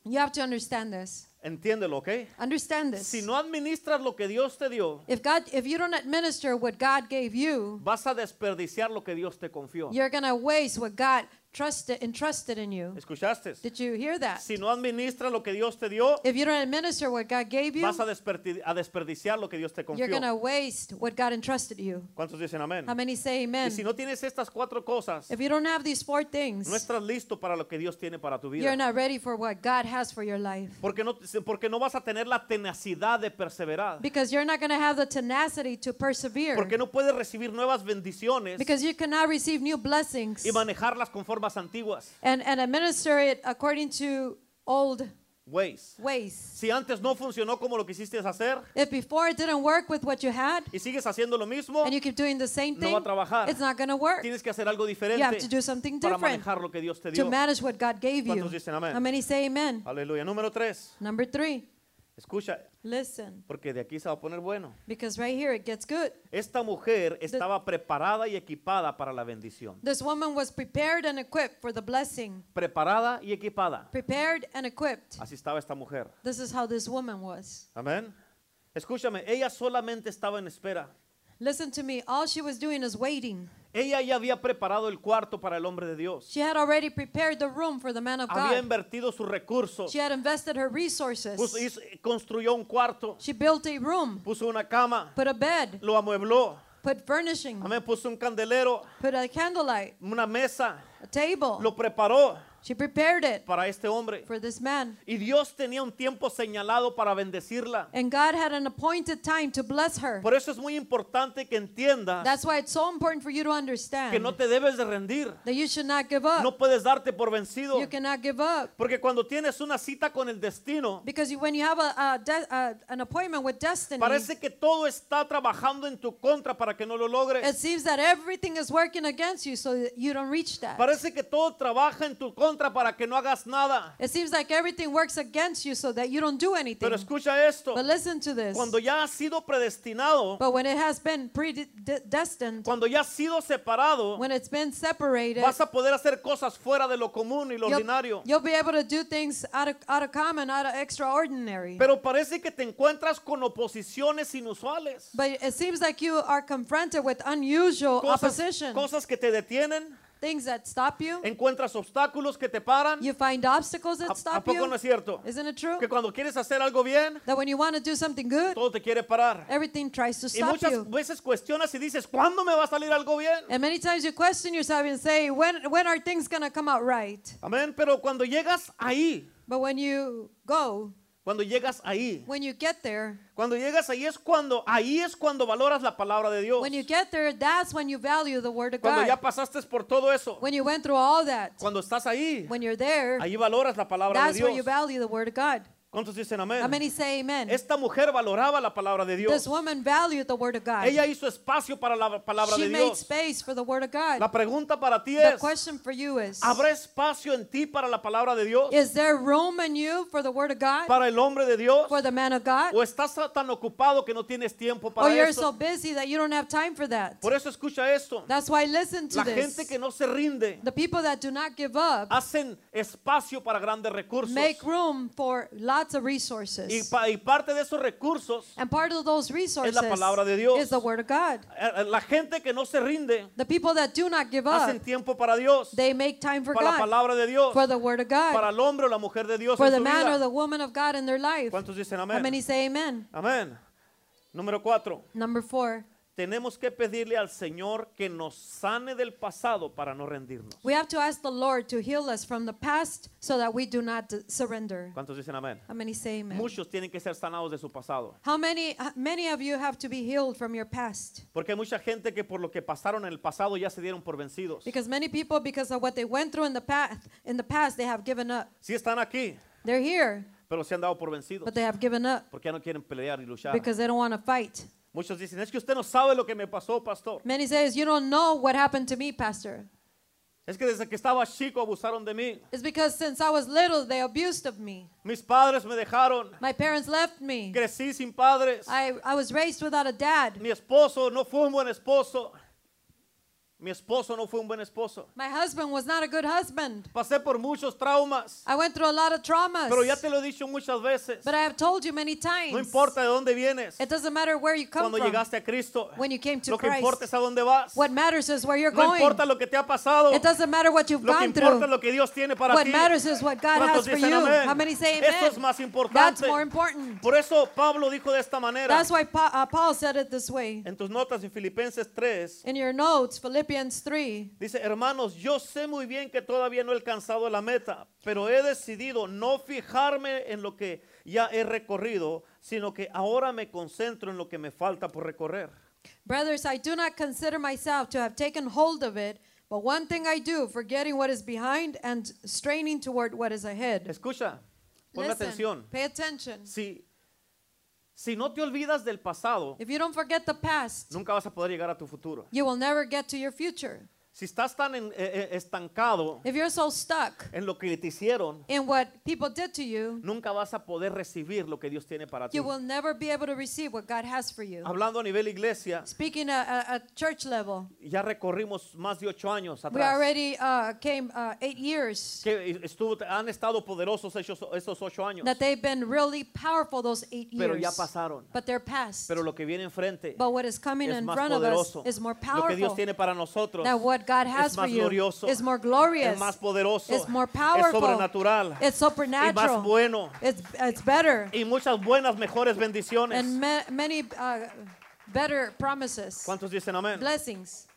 Speaker 2: You have to understand this.
Speaker 1: Entiéndelo, ¿ok?
Speaker 2: Understand this.
Speaker 1: Si no administras lo que Dios te dio,
Speaker 2: if God, if you don't administer what God gave you,
Speaker 1: vas a desperdiciar lo que Dios te confió.
Speaker 2: you're gonna waste what God trusted entrusted in you.
Speaker 1: ¿Escuchaste?
Speaker 2: Did you hear that?
Speaker 1: Si no administras lo que Dios te dio,
Speaker 2: If you don't administer what God gave you,
Speaker 1: vas a, desperti- a desperdiciar lo que Dios te
Speaker 2: you're
Speaker 1: confió.
Speaker 2: gonna waste what God entrusted you.
Speaker 1: ¿Cuántos dicen amén?
Speaker 2: How many say
Speaker 1: Y
Speaker 2: Amen?
Speaker 1: si no tienes estas cuatro cosas,
Speaker 2: If you don't have these four
Speaker 1: no
Speaker 2: things,
Speaker 1: estás listo para lo que Dios tiene para tu vida.
Speaker 2: you're not ready for what God has for your life.
Speaker 1: Porque no, porque no vas a tener la tenacidad de perseverar.
Speaker 2: Because you're not going to have the tenacity to persevere.
Speaker 1: Porque no puedes recibir nuevas bendiciones
Speaker 2: Because you cannot receive new blessings
Speaker 1: y manejarlas con formas antiguas.
Speaker 2: and, and administer it according to old
Speaker 1: Ways.
Speaker 2: ways.
Speaker 1: Si antes no funcionó como lo quisiste hacer
Speaker 2: If before it didn't work with what you had
Speaker 1: y sigues haciendo lo mismo,
Speaker 2: and you keep doing the same
Speaker 1: No
Speaker 2: thing,
Speaker 1: va a trabajar.
Speaker 2: it's not going to work
Speaker 1: tienes que hacer algo
Speaker 2: You have to
Speaker 1: diferente
Speaker 2: do something
Speaker 1: para
Speaker 2: different
Speaker 1: manejar lo que Dios te
Speaker 2: to
Speaker 1: dio.
Speaker 2: manage what God gave you.
Speaker 1: ¿Cuántos dicen amén?
Speaker 2: How many say amen?
Speaker 1: Aleluya. Número tres.
Speaker 2: Number three,
Speaker 1: Escucha,
Speaker 2: listen,
Speaker 1: porque de aquí se va a poner bueno.
Speaker 2: because right here it gets good.
Speaker 1: Esta mujer estaba preparada y equipada para la bendición.
Speaker 2: This woman was prepared and equipped for the blessing.
Speaker 1: Preparada y equipada.
Speaker 2: Prepared and equipped.
Speaker 1: Así estaba esta mujer.
Speaker 2: This is how this woman was.
Speaker 1: Amén. Escúchame, ella solamente estaba en espera.
Speaker 2: Listen to me. All she was doing is waiting.
Speaker 1: Ella ya había preparado el cuarto para el hombre de Dios.
Speaker 2: She had already prepared the room for the man of
Speaker 1: Había
Speaker 2: God.
Speaker 1: invertido sus recursos.
Speaker 2: She had invested her
Speaker 1: Puso-
Speaker 2: resources.
Speaker 1: hizo- construyó un cuarto.
Speaker 2: She built a room,
Speaker 1: Puso una cama.
Speaker 2: put a bed,
Speaker 1: Lo amuebló.
Speaker 2: put furnishing,
Speaker 1: Amén. Puso un candelero.
Speaker 2: put a candlelight,
Speaker 1: Una mesa.
Speaker 2: a table.
Speaker 1: Lo preparó
Speaker 2: She prepared it
Speaker 1: para este hombre.
Speaker 2: for this man.
Speaker 1: Y Dios tenía un tiempo señalado para bendecirla.
Speaker 2: And God had an appointed time to bless her.
Speaker 1: Por eso es muy importante que entiendas
Speaker 2: That's why it's so important for you to
Speaker 1: que
Speaker 2: understand
Speaker 1: no te debes de rendir.
Speaker 2: that you should not give up.
Speaker 1: No puedes darte por vencido.
Speaker 2: You cannot give up.
Speaker 1: Porque cuando tienes una cita con el destino,
Speaker 2: Because you, when you have a, a de- a- an appointment with destiny,
Speaker 1: parece que todo está trabajando en tu contra para que no lo
Speaker 2: it
Speaker 1: logres.
Speaker 2: seems that everything is working against you so that you don't reach that.
Speaker 1: Parece que todo trabaja en tu contra para que no hagas nada.
Speaker 2: It seems like everything works against you so that you don't do anything.
Speaker 1: Pero escucha esto.
Speaker 2: But listen to this.
Speaker 1: Cuando ya has sido predestinado,
Speaker 2: But when it has been predestined,
Speaker 1: cuando ya has sido separado,
Speaker 2: when it's been separated,
Speaker 1: vas a poder hacer cosas fuera de lo común y lo ordinario.
Speaker 2: you'll, you'll be able to do things out of, out of common, out of extraordinary.
Speaker 1: Pero parece que te encuentras con oposiciones inusuales.
Speaker 2: But it seems like you are confronted with unusual
Speaker 1: Cosas,
Speaker 2: opposition,
Speaker 1: cosas que te detienen,
Speaker 2: things that stop you.
Speaker 1: encuentras obstáculos que te paran.
Speaker 2: You find obstacles
Speaker 1: ¿A,
Speaker 2: that
Speaker 1: a
Speaker 2: stop
Speaker 1: poco no
Speaker 2: you.
Speaker 1: es cierto?
Speaker 2: Isn't it true?
Speaker 1: Que cuando quieres hacer algo bien,
Speaker 2: That when you want to do something good,
Speaker 1: todo te quiere parar.
Speaker 2: everything tries to
Speaker 1: Y
Speaker 2: stop
Speaker 1: muchas
Speaker 2: you.
Speaker 1: veces cuestionas y dices, ¿cuándo me va a salir algo bien?
Speaker 2: And many times you question yourself and say, when, when are things going to come out right?
Speaker 1: Amén, pero cuando llegas ahí,
Speaker 2: But when you go,
Speaker 1: cuando llegas ahí,
Speaker 2: when you get there,
Speaker 1: cuando llegas ahí es cuando, ahí es cuando valoras la palabra de Dios.
Speaker 2: when you get there, that's when you value the Word of
Speaker 1: Cuando ya
Speaker 2: God.
Speaker 1: pasaste por todo eso,
Speaker 2: When you went through all that,
Speaker 1: cuando estás ahí,
Speaker 2: when you're there,
Speaker 1: ahí valoras la palabra de
Speaker 2: that's where you
Speaker 1: Dios.
Speaker 2: value the Word of God.
Speaker 1: ¿Cuántos dicen
Speaker 2: How
Speaker 1: amén?
Speaker 2: many say amen?
Speaker 1: Esta mujer valoraba la palabra de
Speaker 2: This
Speaker 1: Dios.
Speaker 2: woman valued the Word of God.
Speaker 1: Ella hizo espacio para la palabra
Speaker 2: She
Speaker 1: de
Speaker 2: made
Speaker 1: Dios.
Speaker 2: space for the Word of God.
Speaker 1: La pregunta para ti
Speaker 2: The
Speaker 1: es,
Speaker 2: question for you is
Speaker 1: ¿habrá espacio en ti para la palabra de Dios?
Speaker 2: Is there room in you for the Word of God?
Speaker 1: ¿Para el hombre de Dios?
Speaker 2: For the man of God?
Speaker 1: ¿O estás tan ocupado que no tienes tiempo
Speaker 2: Or
Speaker 1: para
Speaker 2: you're so
Speaker 1: eso?
Speaker 2: busy that you don't have time for that.
Speaker 1: Por eso escucha esto.
Speaker 2: That's why listen to
Speaker 1: La gente
Speaker 2: this.
Speaker 1: que Ah, no se rinde
Speaker 2: The people that do not give up
Speaker 1: hacen espacio para grandes recursos.
Speaker 2: make room for lots of
Speaker 1: Y,
Speaker 2: resources.
Speaker 1: pa- y parte de esos recursos,
Speaker 2: And part of those resources
Speaker 1: palabra de Dios.
Speaker 2: is the Word of God.
Speaker 1: eh, la gente que no se rinde
Speaker 2: The people that do not give up,
Speaker 1: hacen tiempo para Dios,
Speaker 2: they make time for
Speaker 1: para la
Speaker 2: God,
Speaker 1: palabra de Dios,
Speaker 2: for the Word of
Speaker 1: para
Speaker 2: God,
Speaker 1: el hombre o la mujer de Dios
Speaker 2: for
Speaker 1: en
Speaker 2: the
Speaker 1: su
Speaker 2: man or
Speaker 1: vida.
Speaker 2: the woman of God in their life.
Speaker 1: ¿Cuántos dicen
Speaker 2: How many
Speaker 1: amén?
Speaker 2: say amen?
Speaker 1: Amén. Número cuatro.
Speaker 2: Number four,
Speaker 1: Tenemos que pedirle al Señor que nos sane del pasado para no rendirnos.
Speaker 2: we have to ask the Lord to heal us from the past so that we do not d- surrender.
Speaker 1: ¿Cuántos dicen amén?
Speaker 2: How many say amen?
Speaker 1: Muchos tienen que ser sanados de su pasado.
Speaker 2: How many h- many of you have to be healed from your past?
Speaker 1: Porque hay mucha gente que por lo que pasaron en el pasado ya se dieron por vencidos.
Speaker 2: Because many people because of what they went through in the past in the past they have given up.
Speaker 1: Sí están aquí,
Speaker 2: They're here,
Speaker 1: pero se han dado por vencidos.
Speaker 2: but they have given up
Speaker 1: Porque ya no quieren pelear y luchar.
Speaker 2: because they don't want to fight.
Speaker 1: Muchos dicen, es que usted no sabe lo que me pasó, pastor.
Speaker 2: Many says you don't know what happened to me, pastor.
Speaker 1: Es que desde que estaba chico abusaron de mí.
Speaker 2: It's because since I was little, they abused of me.
Speaker 1: Mis padres me dejaron.
Speaker 2: My parents left me.
Speaker 1: Crecí sin padres.
Speaker 2: I, I was raised without a dad.
Speaker 1: Mi esposo no fue un buen esposo. Mi esposo no fue un buen esposo.
Speaker 2: My husband was not a good husband.
Speaker 1: Pasé por muchos traumas.
Speaker 2: I went through a lot of traumas.
Speaker 1: Pero ya te lo he dicho muchas veces.
Speaker 2: But I have told you many times.
Speaker 1: No importa de dónde vienes.
Speaker 2: It doesn't matter where you come
Speaker 1: Cuando
Speaker 2: from.
Speaker 1: llegaste a Cristo.
Speaker 2: When you came to
Speaker 1: Lo que
Speaker 2: Christ.
Speaker 1: importa es a dónde vas.
Speaker 2: What matters is where you're
Speaker 1: No
Speaker 2: going.
Speaker 1: importa lo que te ha pasado.
Speaker 2: It doesn't matter what you've
Speaker 1: Lo que
Speaker 2: gone
Speaker 1: importa
Speaker 2: through.
Speaker 1: es lo que Dios tiene para
Speaker 2: What
Speaker 1: ti.
Speaker 2: matters is what God
Speaker 1: ¿Cuántos
Speaker 2: has for
Speaker 1: dicen
Speaker 2: you.
Speaker 1: amén?
Speaker 2: How many say amen?
Speaker 1: Esto es más importante.
Speaker 2: That's more important.
Speaker 1: Por eso Pablo dijo de esta manera.
Speaker 2: That's why Pa- uh, Paul said it this way.
Speaker 1: En tus notas en Filipenses 3
Speaker 2: In your notes, Philippians 3,
Speaker 1: dice, hermanos, yo sé muy bien que todavía no he alcanzado la meta, pero he decidido no fijarme en lo que ya he recorrido, sino que ahora me concentro en lo que me falta por recorrer.
Speaker 2: Brothers, I do not consider myself to have taken hold of it, but one thing I do, forgetting what is behind and straining toward what is ahead.
Speaker 1: Escucha, pon
Speaker 2: Listen,
Speaker 1: atención.
Speaker 2: pay attention.
Speaker 1: Si, si no te olvidas del pasado,
Speaker 2: If you don't forget the past,
Speaker 1: nunca vas a poder llegar a tu futuro.
Speaker 2: you will never get to your future.
Speaker 1: Si estás tan en- eh, eh, estancado
Speaker 2: If you're so stuck
Speaker 1: en lo que te hicieron,
Speaker 2: in what people did to you,
Speaker 1: nunca vas a poder recibir lo que Dios tiene para ti.
Speaker 2: you will never be able to receive what God has for you.
Speaker 1: Hablando a nivel iglesia,
Speaker 2: Speaking at, at, at church level,
Speaker 1: ya recorrimos más de ocho años
Speaker 2: we
Speaker 1: atrás.
Speaker 2: already uh, came uh, eight years
Speaker 1: que estuvo, han estado poderosos esos, esos ocho años,
Speaker 2: that they've been really powerful those eight years.
Speaker 1: pero ya pasaron.
Speaker 2: But they're past.
Speaker 1: Pero lo que viene enfrente
Speaker 2: But what is coming
Speaker 1: es
Speaker 2: in
Speaker 1: más
Speaker 2: front of us
Speaker 1: poderoso.
Speaker 2: is more
Speaker 1: Lo que Dios
Speaker 2: powerful.
Speaker 1: tiene para nosotros
Speaker 2: That what God has
Speaker 1: es
Speaker 2: for
Speaker 1: más
Speaker 2: you
Speaker 1: glorioso,
Speaker 2: is more
Speaker 1: es
Speaker 2: glorious.
Speaker 1: más poderoso,
Speaker 2: It's more
Speaker 1: es
Speaker 2: powerful.
Speaker 1: sobrenatural
Speaker 2: It's
Speaker 1: y más
Speaker 2: supernatural.
Speaker 1: bueno
Speaker 2: It's it's better
Speaker 1: y muchas buenas, mejores bendiciones.
Speaker 2: and ma- many uh, better promises,
Speaker 1: ¿Cuántos dicen amén?
Speaker 2: blessings.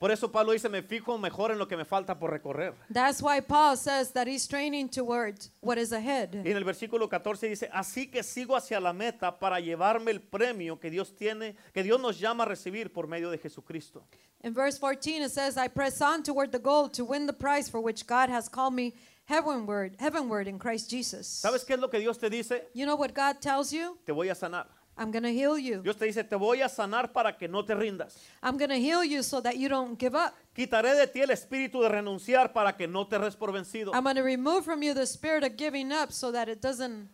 Speaker 1: Por eso Pablo dice, me fijo mejor en lo que me falta por recorrer.
Speaker 2: That's why Paul says that he's straining toward what is
Speaker 1: Y
Speaker 2: ahead.
Speaker 1: en el versículo 14 dice, así que sigo hacia la meta para llevarme el premio que Dios tiene, que Dios nos llama a recibir por medio de Jesucristo.
Speaker 2: In verse 14 it says, "I press on toward the goal to win the prize for which God has called me heavenward, heavenward in Christ Jesus."
Speaker 1: ¿Sabes qué es lo que Dios te dice?
Speaker 2: You know what God tells you?
Speaker 1: Te voy a sanar.
Speaker 2: I'm going to heal you.
Speaker 1: Dios te dice, te voy a sanar para que no te rindas.
Speaker 2: I'm going to heal you so that you don't give up.
Speaker 1: Quitaré de ti el espíritu de renunciar para que no te des por vencido.
Speaker 2: I'm going to remove from you the spirit of giving up so that it doesn't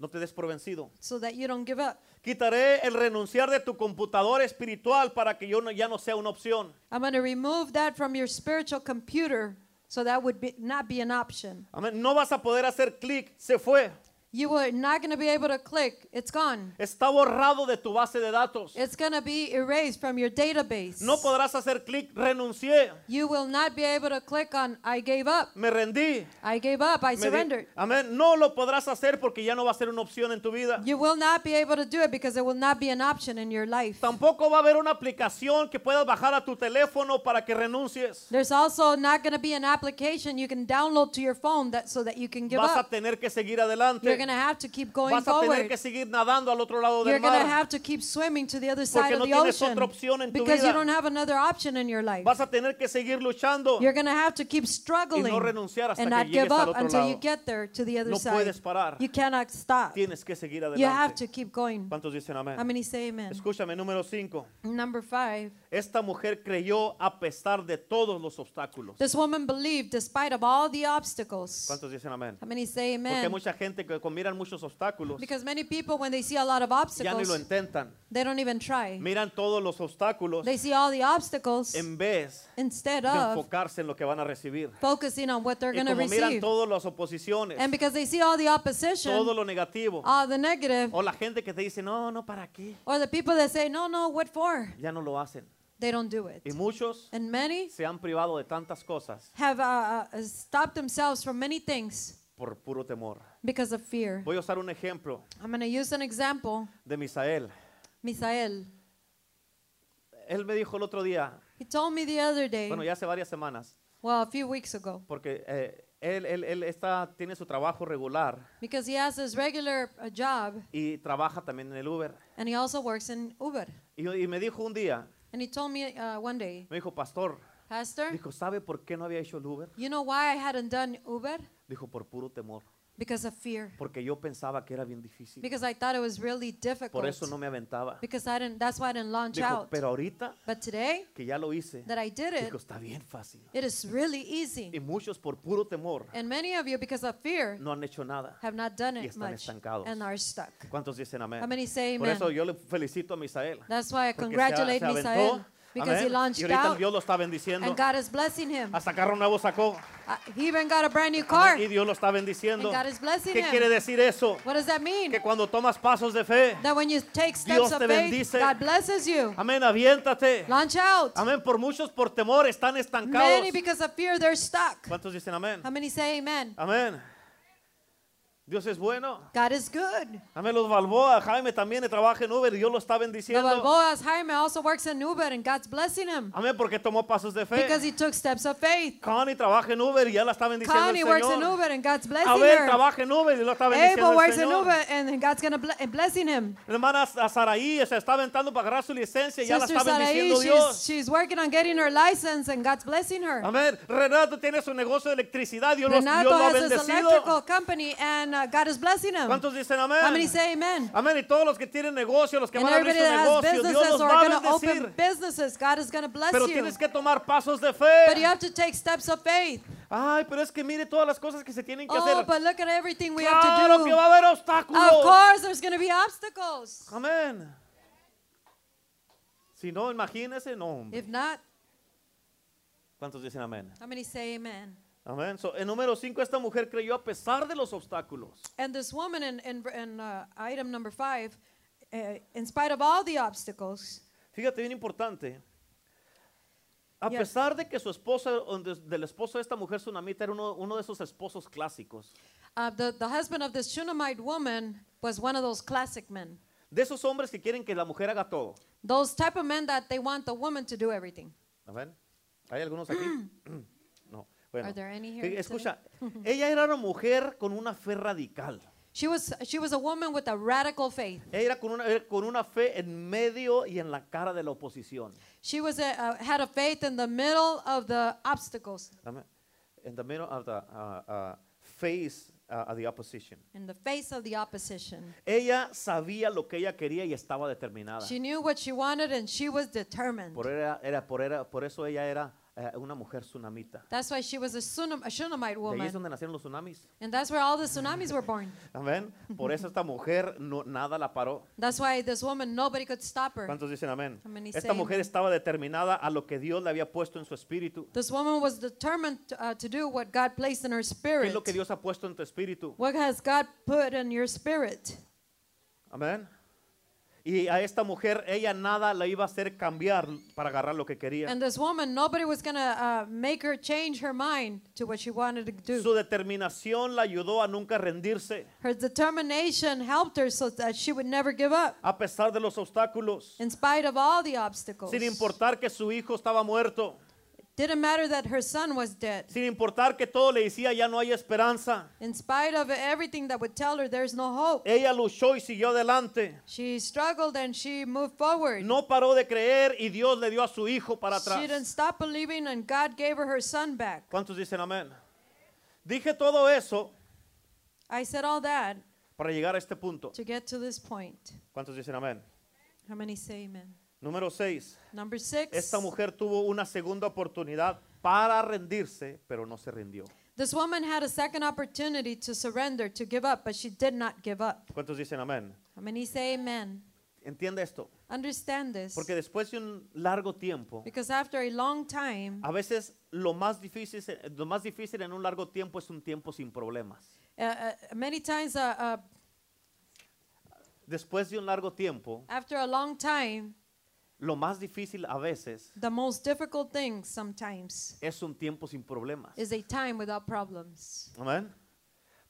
Speaker 1: No te des por vencido.
Speaker 2: so that you don't give up.
Speaker 1: Quitaré el renunciar de tu computadora espiritual para que yo no- ya no sea una opción.
Speaker 2: I'm going to remove that from your spiritual computer so that would be, not be an option.
Speaker 1: Amén. No vas a poder hacer clic. Se fue.
Speaker 2: You are not going to be able to click. It's gone.
Speaker 1: Está borrado de tu base de datos.
Speaker 2: It's going to be erased from your database.
Speaker 1: No podrás hacer clic. Renuncié.
Speaker 2: You will not be able to click on I gave up.
Speaker 1: Me rendí.
Speaker 2: I gave up. I
Speaker 1: me di-
Speaker 2: surrendered.
Speaker 1: Amén. No lo podrás hacer porque ya no va a ser una opción en tu vida.
Speaker 2: You will not be able to do it because it will not be an option in your life.
Speaker 1: Tampoco va a haber una aplicación que puedas bajar a tu teléfono para que renuncies.
Speaker 2: There's also not going to be an application you can download to your phone that so that you can give
Speaker 1: Vas a
Speaker 2: up.
Speaker 1: tener que seguir
Speaker 2: You're
Speaker 1: adelante.
Speaker 2: going to have to keep going
Speaker 1: Vas a tener
Speaker 2: forward.
Speaker 1: que seguir nadando al otro lado del
Speaker 2: You're going to
Speaker 1: mar.
Speaker 2: have to keep swimming to the other side
Speaker 1: Porque
Speaker 2: of
Speaker 1: no
Speaker 2: the
Speaker 1: tienes otra opción
Speaker 2: ocean
Speaker 1: en tu
Speaker 2: because
Speaker 1: vida.
Speaker 2: you don't have another option in your life.
Speaker 1: Vas a tener que seguir luchando.
Speaker 2: You're going to have to keep struggling
Speaker 1: renunciar hasta
Speaker 2: and
Speaker 1: que
Speaker 2: not
Speaker 1: llegues
Speaker 2: give
Speaker 1: al
Speaker 2: up
Speaker 1: otro
Speaker 2: until you
Speaker 1: lado.
Speaker 2: get there to the other
Speaker 1: No
Speaker 2: side.
Speaker 1: puedes parar.
Speaker 2: You cannot stop.
Speaker 1: Tienes que seguir
Speaker 2: You have
Speaker 1: adelante.
Speaker 2: to keep going.
Speaker 1: ¿Cuántos dicen
Speaker 2: How
Speaker 1: amén?
Speaker 2: many say amen?
Speaker 1: Escúchame, número 5.
Speaker 2: Number five.
Speaker 1: Esta mujer creyó a pesar de todos los obstáculos.
Speaker 2: This woman believed despite of all the obstacles.
Speaker 1: ¿Cuántos dicen amén?
Speaker 2: How many say
Speaker 1: Porque hay
Speaker 2: amen?
Speaker 1: mucha gente que con- miran muchos obstáculos
Speaker 2: Because many people, when they see a lot of
Speaker 1: ya ni lo
Speaker 2: obstacles,
Speaker 1: intentan.
Speaker 2: they don't even try.
Speaker 1: Miran todos los obstáculos
Speaker 2: They see all the obstacles
Speaker 1: en vez
Speaker 2: instead
Speaker 1: de
Speaker 2: of
Speaker 1: enfocarse en lo que van a recibir.
Speaker 2: focusing on what they're
Speaker 1: Y
Speaker 2: going to
Speaker 1: como miran
Speaker 2: receive.
Speaker 1: todas las oposiciones,
Speaker 2: And because they see all the
Speaker 1: todo Oh.
Speaker 2: opposition,
Speaker 1: lo negativo,
Speaker 2: all the negative,
Speaker 1: o la gente que te dice, no, no, ¿para qué?
Speaker 2: or the people that say, no, no, what for?
Speaker 1: Ya no lo hacen.
Speaker 2: They don't do it.
Speaker 1: Y muchos
Speaker 2: And many
Speaker 1: se han privado de tantas cosas
Speaker 2: have uh, uh, stopped themselves from many things
Speaker 1: por puro temor.
Speaker 2: because of fear.
Speaker 1: Voy a usar un ejemplo
Speaker 2: I'm going to use an example.
Speaker 1: de Misael.
Speaker 2: Misael,
Speaker 1: Él me dijo el otro día,
Speaker 2: he told me the other day,
Speaker 1: bueno, ya hace varias semanas,
Speaker 2: well, a few weeks ago,
Speaker 1: porque eh, él, él- él está, tiene su trabajo regular
Speaker 2: because he has his regular uh, job
Speaker 1: y trabaja también en el Uber.
Speaker 2: and he also works in Uber.
Speaker 1: Y, y me dijo un día,
Speaker 2: And he told me uh, one day,
Speaker 1: me dijo, pastor,
Speaker 2: Pastor,
Speaker 1: dijo, ¿sabe por qué no había hecho el Uber?
Speaker 2: you know why I hadn't done Uber?
Speaker 1: Dijo, por puro temor.
Speaker 2: because of fear,
Speaker 1: porque yo pensaba que era bien difícil.
Speaker 2: because I thought it was really difficult.
Speaker 1: Por eso no me aventaba.
Speaker 2: Because I didn't. That's why I didn't launch
Speaker 1: Dijo,
Speaker 2: out.
Speaker 1: pero ahorita
Speaker 2: But today
Speaker 1: que ya lo hice,
Speaker 2: that I did it,
Speaker 1: dijo, está bien fácil.
Speaker 2: it is really easy.
Speaker 1: Y muchos por puro temor
Speaker 2: And many of you, because of fear,
Speaker 1: no han hecho nada.
Speaker 2: have not done
Speaker 1: Y
Speaker 2: it
Speaker 1: están
Speaker 2: much
Speaker 1: estancados.
Speaker 2: and are stuck.
Speaker 1: ¿Cuántos dicen amén?
Speaker 2: How many say
Speaker 1: Por
Speaker 2: amen?
Speaker 1: eso yo le felicito a Misael.
Speaker 2: That's why
Speaker 1: porque
Speaker 2: I
Speaker 1: se-
Speaker 2: congratulate
Speaker 1: se aventó,
Speaker 2: Misael because he
Speaker 1: amén, Y
Speaker 2: launched
Speaker 1: ahorita
Speaker 2: out
Speaker 1: Dios lo está bendiciendo.
Speaker 2: and God is blessing him.
Speaker 1: Hasta carro nuevo sacó.
Speaker 2: Uh, he even got a brand new car.
Speaker 1: amén, Y Dios lo está bendiciendo.
Speaker 2: And God is blessing
Speaker 1: ¿Qué
Speaker 2: him.
Speaker 1: quiere decir eso?
Speaker 2: What does that mean?
Speaker 1: Que cuando tomas pasos de fe,
Speaker 2: That when you take
Speaker 1: Dios
Speaker 2: steps of
Speaker 1: te
Speaker 2: faith,
Speaker 1: bendice.
Speaker 2: God blesses you.
Speaker 1: amén, aviéntate.
Speaker 2: Launch out.
Speaker 1: Amén, por muchos por temor están estancados.
Speaker 2: Many because of fear they're stuck.
Speaker 1: ¿Cuántos dicen amén?
Speaker 2: How many say amen?
Speaker 1: Amén. Dios es bueno.
Speaker 2: God is good.
Speaker 1: Amén, los Balboa, Jaime también trabaja en Uber y Dios lo está
Speaker 2: The
Speaker 1: bendiciendo.
Speaker 2: Balboas Jaime also works in Uber and God's blessing him
Speaker 1: Amén, porque tomó pasos de fe.
Speaker 2: because he took steps of faith.
Speaker 1: Connie trabaja en Uber y ya la está bendiciendo
Speaker 2: Connie
Speaker 1: el
Speaker 2: works
Speaker 1: Señor.
Speaker 2: in Uber and God's blessing
Speaker 1: Abel
Speaker 2: her.
Speaker 1: trabaja en Uber y lo está bendiciendo
Speaker 2: Abel
Speaker 1: el
Speaker 2: works in
Speaker 1: Señor.
Speaker 2: Uber and then God's gonna ble- blessing him.
Speaker 1: La hermana Sa- Saraí se está aventando para agarrar su licencia y ya la
Speaker 2: Sister
Speaker 1: está bendiciendo
Speaker 2: Sarai,
Speaker 1: Dios.
Speaker 2: she's, she's working on getting her license and God's blessing her.
Speaker 1: Amén. Renato tiene su negocio de electricidad. Dios, los-
Speaker 2: Renato
Speaker 1: Dios lo ha
Speaker 2: has his electrical
Speaker 1: bendecido.
Speaker 2: company and uh, God is blessing him.
Speaker 1: ¿Cuántos dicen
Speaker 2: How many
Speaker 1: amén?
Speaker 2: say amen?
Speaker 1: Amén. Y todos los que tienen negocio, los que
Speaker 2: and
Speaker 1: van a abrir
Speaker 2: everybody
Speaker 1: su
Speaker 2: that has
Speaker 1: negocio, Dios
Speaker 2: businesses
Speaker 1: los
Speaker 2: or
Speaker 1: va
Speaker 2: are
Speaker 1: a
Speaker 2: going to open
Speaker 1: bendecir.
Speaker 2: businesses, God is going to bless
Speaker 1: Pero
Speaker 2: you.
Speaker 1: tienes que tomar pasos de
Speaker 2: But you
Speaker 1: fe.
Speaker 2: have to take steps of faith.
Speaker 1: Ay, pero es que mire todas las cosas que se tienen que
Speaker 2: Oh,
Speaker 1: hacer.
Speaker 2: but look at everything we have
Speaker 1: Claro
Speaker 2: to
Speaker 1: que
Speaker 2: do.
Speaker 1: va a haber
Speaker 2: Of
Speaker 1: obstáculos.
Speaker 2: course, there's going to be obstacles.
Speaker 1: Amén. Si no, imagínese, no. hombre.
Speaker 2: If not,
Speaker 1: ¿Cuántos dicen amén?
Speaker 2: how many say amen?
Speaker 1: Amén. So, en número 5, esta mujer creyó a pesar de los obstáculos.
Speaker 2: And this woman in, in, in uh, item number five, uh, in spite of all the obstacles,
Speaker 1: Fíjate, bien importante. A
Speaker 2: Yeah.
Speaker 1: pesar de que su esposa, o de- del esposo de esta mujer tsunamita, era uno, uno de esos esposos clásicos.
Speaker 2: uh, the, the husband of this Shunammite woman was one of those classic men.
Speaker 1: De esos hombres que quieren que la mujer haga todo.
Speaker 2: Those type of men that they want the woman to do everything.
Speaker 1: Amén. ¿Hay algunos aquí? no. Bueno.
Speaker 2: Are there any here
Speaker 1: Eh, Escucha, ella era una mujer con una fe radical.
Speaker 2: She was, she was a woman with a radical faith.
Speaker 1: Ella era con una, era con una fe en medio y en la cara de la oposición.
Speaker 2: She was a, uh, had a faith in the middle of the obstacles,
Speaker 1: Amén. In the middle of the uh, uh, face uh, of the opposition.
Speaker 2: in the face of the opposition.
Speaker 1: Ella sabía lo que ella quería y estaba determinada.
Speaker 2: She knew what she wanted and she was determined.
Speaker 1: Por, e- era, era- por, era- por eso ella era eh, una mujer tsunamita.
Speaker 2: That's why she was a, tsunam- a Shunammite
Speaker 1: De ahí es
Speaker 2: woman.
Speaker 1: donde nacieron los tsunamis.
Speaker 2: And that's where all the tsunamis were born.
Speaker 1: Amén. Por eso esta mujer no, nada la paró.
Speaker 2: That's why this woman, nobody could stop her.
Speaker 1: ¿Cuántos dicen amén?
Speaker 2: How many
Speaker 1: Esta
Speaker 2: say
Speaker 1: mujer
Speaker 2: amen?
Speaker 1: estaba determinada a lo que Dios le había puesto en su espíritu.
Speaker 2: This woman was determined to, uh, to do what God placed in her
Speaker 1: ¿Qué
Speaker 2: spirit.
Speaker 1: es lo que Dios ha puesto en tu espíritu?
Speaker 2: What has God put in your spirit?
Speaker 1: Amén. Y a esta mujer, ella nada la iba a hacer cambiar para agarrar lo que quería.
Speaker 2: And this woman, nobody was going to uh, make her change her mind to what she wanted to
Speaker 1: Su
Speaker 2: do.
Speaker 1: determinación la ayudó a nunca rendirse,
Speaker 2: Her determination helped her so that she would never give up
Speaker 1: a pesar de los obstáculos,
Speaker 2: in spite of all the obstacles.
Speaker 1: sin importar que su hijo estaba muerto.
Speaker 2: Didn't matter that her son was dead.
Speaker 1: Sin importar que todo le decía ya no hay esperanza,
Speaker 2: In spite of everything that would tell her there's no hope,
Speaker 1: ella luchó y siguió adelante.
Speaker 2: she struggled and she moved forward.
Speaker 1: No paró de creer y Dios le dio a su hijo para
Speaker 2: She didn't
Speaker 1: atrás.
Speaker 2: stop believing and God gave her her son back.
Speaker 1: ¿Cuántos dicen amén? Dije todo eso
Speaker 2: I said all that
Speaker 1: para llegar a este punto.
Speaker 2: to get to this point.
Speaker 1: ¿Cuántos dicen amén?
Speaker 2: How many say amen?
Speaker 1: Número 6.
Speaker 2: Number six.
Speaker 1: Esta mujer tuvo una segunda oportunidad para rendirse, pero no se rindió.
Speaker 2: This woman had a second opportunity to surrender, to give up, but she did not give up.
Speaker 1: ¿Cuántos dicen amén?
Speaker 2: How many say amen?
Speaker 1: Entiende esto,
Speaker 2: Understand this.
Speaker 1: porque después de un largo tiempo,
Speaker 2: Because after a long time,
Speaker 1: a veces lo más difícil, lo más difícil en un largo tiempo es un tiempo sin problemas.
Speaker 2: uh, uh, many times, uh, uh,
Speaker 1: Después de un largo tiempo,
Speaker 2: after a long time,
Speaker 1: Lo más difícil a veces
Speaker 2: the most difficult thing sometimes
Speaker 1: es un tiempo sin problemas.
Speaker 2: is a time without problems.
Speaker 1: Amén.